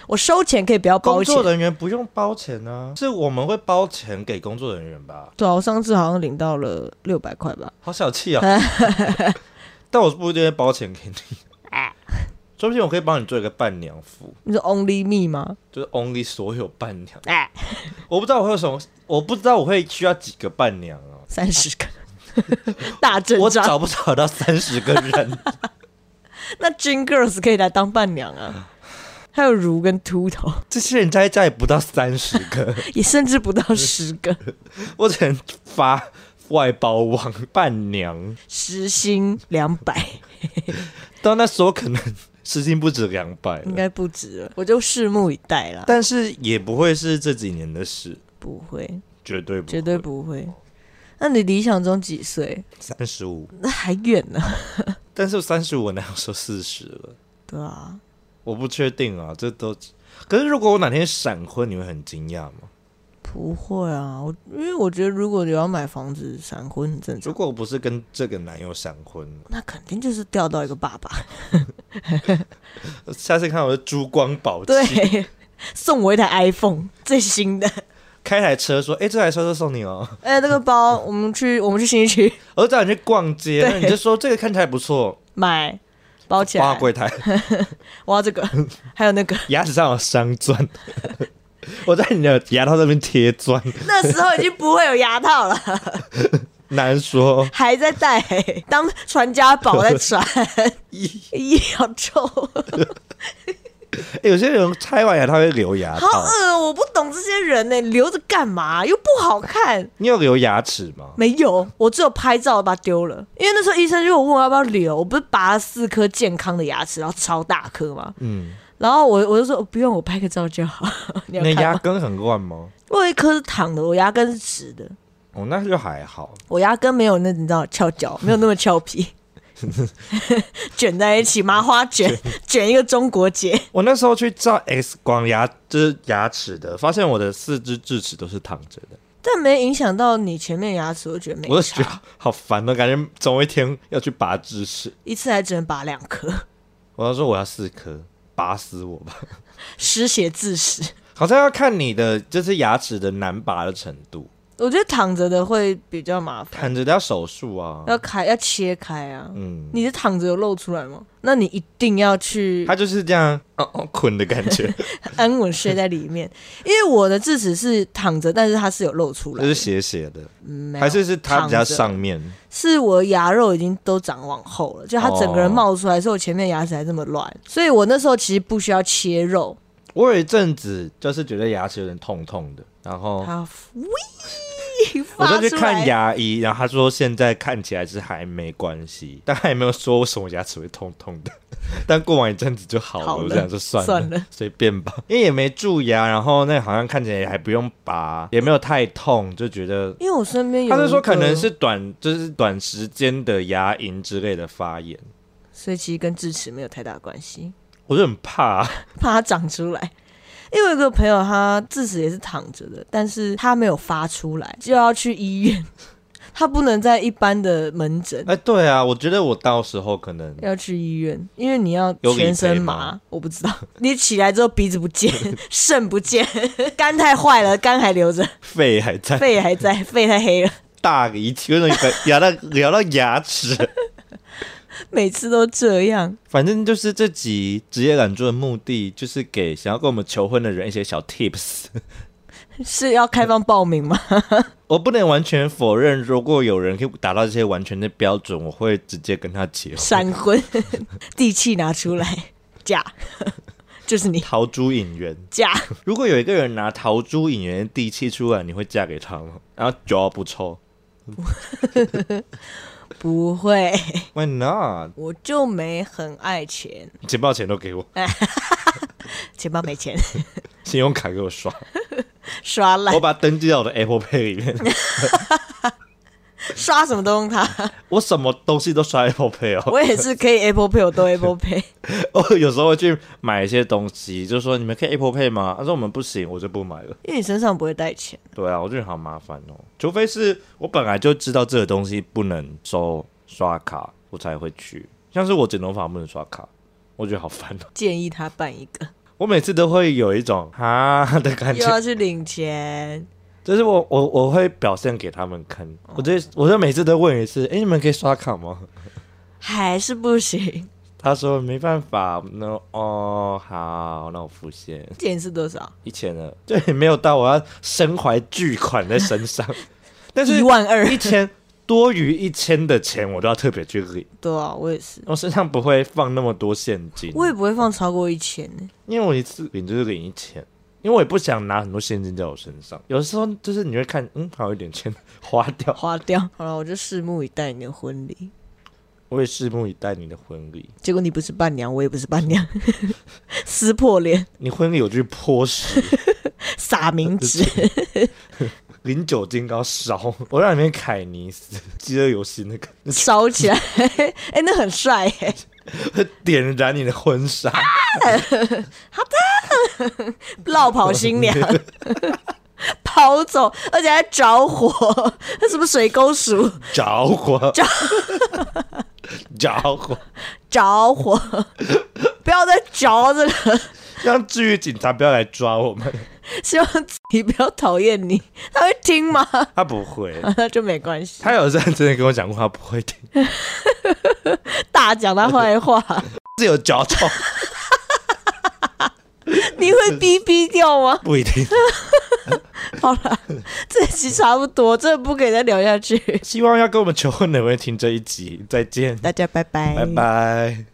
Speaker 2: 我收钱可以不要包
Speaker 3: 工
Speaker 2: 钱
Speaker 3: 作。人员不用包钱啊，是我们会包钱给工作人员吧？
Speaker 2: 对啊，我上次好像领到了六百块吧。
Speaker 3: 好小 <laughs> 气啊！但我不一定会包钱给你，说不定我可以帮你做一个伴娘服，
Speaker 2: 你说 only me 吗？
Speaker 3: 就是 only 所有伴娘。
Speaker 2: 哎，
Speaker 3: 我不知道我会有什么，我不知道我会需要几个伴娘啊，
Speaker 2: 三十
Speaker 3: <laughs>
Speaker 2: 个，大阵
Speaker 3: 我
Speaker 2: 仗。
Speaker 3: 找不找到三十个
Speaker 2: <laughs>
Speaker 3: 人？
Speaker 2: 那 Jin Girls 可以来当伴娘啊，还有如跟秃头。
Speaker 3: 这些人加一加也不到三十个， <laughs>
Speaker 2: 也甚至不到十个
Speaker 3: 我只能发外包网伴娘，
Speaker 2: 时薪两百，
Speaker 3: 到那时候可能时薪不止两百
Speaker 2: 应
Speaker 3: 了。
Speaker 2: 该不止了，我就拭目以待啦。
Speaker 3: 但是也不会是这几年的事，
Speaker 2: 不会，
Speaker 3: 绝对不
Speaker 2: 绝对不会。那你理想中几岁？
Speaker 3: 三十五。
Speaker 2: 那还远呢。
Speaker 3: 但是三十五哪有说四十了？
Speaker 2: 对啊，
Speaker 3: 我不确定啊，这都。可是如果我哪天闪婚，你会很惊讶吗？
Speaker 2: 不会啊，我因为我觉得如果你要买房子，闪婚很正
Speaker 3: 如
Speaker 2: 常。
Speaker 3: 果我不是跟这个男友闪婚，
Speaker 2: 那肯定就是钓到一个爸爸，
Speaker 3: 下次看我的珠光宝气，
Speaker 2: <laughs> 对， <laughs> 送我一台 iPhone 最新的。开
Speaker 3: 开台车说：“哎、这台车就送你哦。
Speaker 2: <laughs>
Speaker 3: <laughs>
Speaker 2: 哎、这个包我们去，我们去新一区”
Speaker 3: 我就带你去逛街，
Speaker 2: 对
Speaker 3: 那你就说这个看起来不错，
Speaker 2: 买，包起
Speaker 3: 挂
Speaker 2: 来，
Speaker 3: 柜台， <laughs>
Speaker 2: 我要这个， <laughs> 还有那个。
Speaker 3: 牙齿上有镶钻， <laughs> 我在你的牙套上面贴钻，
Speaker 2: 那时候已经不会有牙套了。 <laughs>
Speaker 3: 难说。
Speaker 2: 还在带、当传家宝在传， <laughs> 咦，好臭，好
Speaker 3: 哎、有些人拆完牙套会留牙套，
Speaker 2: 恶！我不懂这些人呢、留着干嘛？又不好看。
Speaker 3: 你有留牙齿吗？
Speaker 2: 没有，我只有拍照把它丢了，因为那时候医生就有问我要不要留，我不是拔了四颗健康的牙齿，然后超大颗嘛，
Speaker 3: 嗯，
Speaker 2: 然后我我就说哦不用，我拍个照就好。 <laughs> 你要
Speaker 3: 你的
Speaker 2: 看
Speaker 3: 牙
Speaker 2: 吗？
Speaker 3: 根很乱吗？
Speaker 2: 我有一颗是躺的，我牙根是直的，
Speaker 3: 哦，那就还好。
Speaker 2: 我牙根没有那你知道翘脚，没有那么俏
Speaker 3: <laughs>
Speaker 2: 皮，卷在一起麻花卷，卷一个中国结。 <laughs>
Speaker 3: 我那时候去照 X 光牙，就是牙齿的，发现我的四只智齿都是躺着的，
Speaker 2: 但没影响到你前面牙齿，我觉得没
Speaker 3: 我就觉
Speaker 2: 差。
Speaker 3: 得好烦哦，感觉总有一天要去拔智齿。
Speaker 2: 一次还只能拔两颗，
Speaker 3: 我要说我要四颗，拔死我吧！
Speaker 2: 失血致死。 <laughs>
Speaker 3: 好像要看你的就是牙齿的难拔的程度，
Speaker 2: 我觉得躺着的会比较麻烦，
Speaker 3: 躺着都要手术啊。
Speaker 2: 要开要切开啊。
Speaker 3: 嗯，
Speaker 2: 你是躺着有露出来吗？那你一定要去
Speaker 3: 它就是这样哦
Speaker 2: <laughs>
Speaker 3: 哦捆的感觉，
Speaker 2: 安稳睡在里面，因为我的智齿是躺着，但是它是有露出
Speaker 3: <laughs>
Speaker 2: 来
Speaker 3: 就
Speaker 2: 的，
Speaker 3: 是斜斜的，
Speaker 2: 嗯没有
Speaker 3: 还是是它比较
Speaker 2: 躺着
Speaker 3: 上面
Speaker 2: 是我牙肉已经都长往后了，就它整个人
Speaker 3: 哦
Speaker 2: 冒出来，所以我前面牙齿还这么乱，所以我那时候其实不需要切肉，
Speaker 3: 我有一阵子就是觉得牙齿有点痛痛的，然后
Speaker 2: 它喂，
Speaker 3: 哦我
Speaker 2: 发
Speaker 3: 就去
Speaker 2: 出
Speaker 3: 看
Speaker 2: 来，
Speaker 3: 牙医，然后他说现在看起来是还没关系，但他也没有说为什么牙齿会痛痛的。 <laughs> 但过完一阵子就好了，
Speaker 2: 好了
Speaker 3: 我想说算了，
Speaker 2: 算了
Speaker 3: 随便吧，因为也没蛀牙，然后那好像看起来也还不用拔，也没有太痛，就觉得
Speaker 2: 因为我身边有
Speaker 3: 他是说
Speaker 2: 一个
Speaker 3: 可能是短，就是短时间的牙龈之类的发炎，
Speaker 2: 所以其实跟智齿没有太大关系，
Speaker 3: 我就很怕、啊
Speaker 2: <laughs> 怕它长出来。因为我有个朋友，他智齿也是躺着的，但是他没有发出来，就要去医院，他不能在一般的门 <laughs>
Speaker 3: <laughs>
Speaker 2: 诊，
Speaker 3: 哎，对啊，我觉得我到时候可能
Speaker 2: 要去医院，因为你要
Speaker 3: 有理
Speaker 2: 全身
Speaker 3: 赔
Speaker 2: 麻 <laughs>
Speaker 3: 吗，
Speaker 2: 我不知道。你起来之后鼻子不见，肾不见，肝太坏了，肝还留着，
Speaker 3: 肺还在
Speaker 2: 肺还在，肺太黑了，
Speaker 3: 大个一气，有种聊到聊到牙齿。
Speaker 2: 每次都这样。
Speaker 3: <laughs> 反正就是这集职业懒猪的目的，就是给想要跟我们求婚的人一些小 tips。
Speaker 2: 是要开放报名 <laughs> 吗？
Speaker 3: <laughs> 我不能完全否认，如果有人可以达到这些完全的标准，我会直接跟他结婚，
Speaker 2: 闪 <laughs> 婚，地气拿出来，假， <laughs> 就是你
Speaker 3: 逃珠引援。
Speaker 2: 假，
Speaker 3: 如果有一个人拿逃珠引援的地契出来，你会嫁给他吗？然后脚不抽
Speaker 2: 不会，
Speaker 3: ，Why not？
Speaker 2: 我就没很爱钱，
Speaker 3: 钱包钱都给我，
Speaker 2: 钱包没钱， <laughs>
Speaker 3: 信用卡给我刷，
Speaker 2: 刷烂
Speaker 3: 我，把它登记到我的 Apple Pay 里面，
Speaker 2: 刷什么都用它。
Speaker 3: 我什么东西都刷 Apple Pay 哦。
Speaker 2: 我也是可以 Apple Pay，我都 Apple Pay。 <laughs>
Speaker 3: 我有时候会去买一些东西，就说你们可以 Apple Pay 吗？他说我们不行，我就不买了。
Speaker 2: 因为你身上不会带钱，
Speaker 3: 对啊，我觉得好麻烦哦。除非是我本来就知道这个东西不能收刷卡，我才会去。像是我剪头发不能刷卡，我觉得好烦哦。
Speaker 2: 建议他办一
Speaker 3: <laughs>
Speaker 2: 个，
Speaker 3: 我每次都会有一种哈的感
Speaker 2: 又
Speaker 3: 觉，
Speaker 2: 要去领钱，
Speaker 3: 就是我我我会表现给他们看。我就我就每次都问一次，诶，你们可以刷卡吗？
Speaker 2: 还是不行。 <laughs>
Speaker 3: 他说没办法，那哦好，那我付现
Speaker 2: 减是多少？
Speaker 3: 一千了， <laughs> 这也没有到我要身怀巨款在身上， <laughs> 但是
Speaker 2: 一万二。
Speaker 3: <laughs>
Speaker 2: <laughs>
Speaker 3: 一千多余一千的钱我都要特别去领。
Speaker 2: 对啊，我也是，
Speaker 3: 我身上不会放那么多现金，
Speaker 2: 我也不会放超过一千呢。
Speaker 3: 因为我一次领就是领一千，因为我也不想拿很多现金在我身上。有时候就是你会看，嗯，好一点钱花掉。 <laughs>
Speaker 2: 花掉。 <laughs> 好了，我就拭目以待你的婚礼。
Speaker 3: 我也拭目以待你的婚礼，
Speaker 2: 结果你不是伴娘，我也不是伴娘， <laughs> 撕破脸，
Speaker 3: 你婚礼有句泼屎， <laughs>
Speaker 2: 撒名纸，
Speaker 3: 淋酒精膏烧，我让你们凯尼斯饥饿游戏那个
Speaker 2: 烧起来。 <laughs> 哎、那很帅哎、
Speaker 3: <laughs> 点燃你的婚纱， <laughs>
Speaker 2: 绕跑新娘。 <laughs> 跑走，而且还着火， <laughs> 那什么水沟鼠
Speaker 3: 着 <laughs> 火，
Speaker 2: 着
Speaker 3: 着火，
Speaker 2: 着火，不要再着这个 <laughs>
Speaker 3: 让至于警察不要来抓我 <laughs> 们，
Speaker 2: 希望自己不要讨厌你，他会听吗？ <laughs>
Speaker 3: 他不会，
Speaker 2: 那就没关系，
Speaker 3: 他有认真的跟我讲过，他不会听。
Speaker 2: 大讲他坏话，
Speaker 3: 是有脚臭，
Speaker 2: 你会逼逼掉吗？
Speaker 3: 不一 <laughs> 定。
Speaker 2: 好了，这期差不多，真的不可以再聊下去，
Speaker 3: 希望要跟我们求婚的人会听这一集，再见，
Speaker 2: 大家拜拜，
Speaker 3: 拜拜。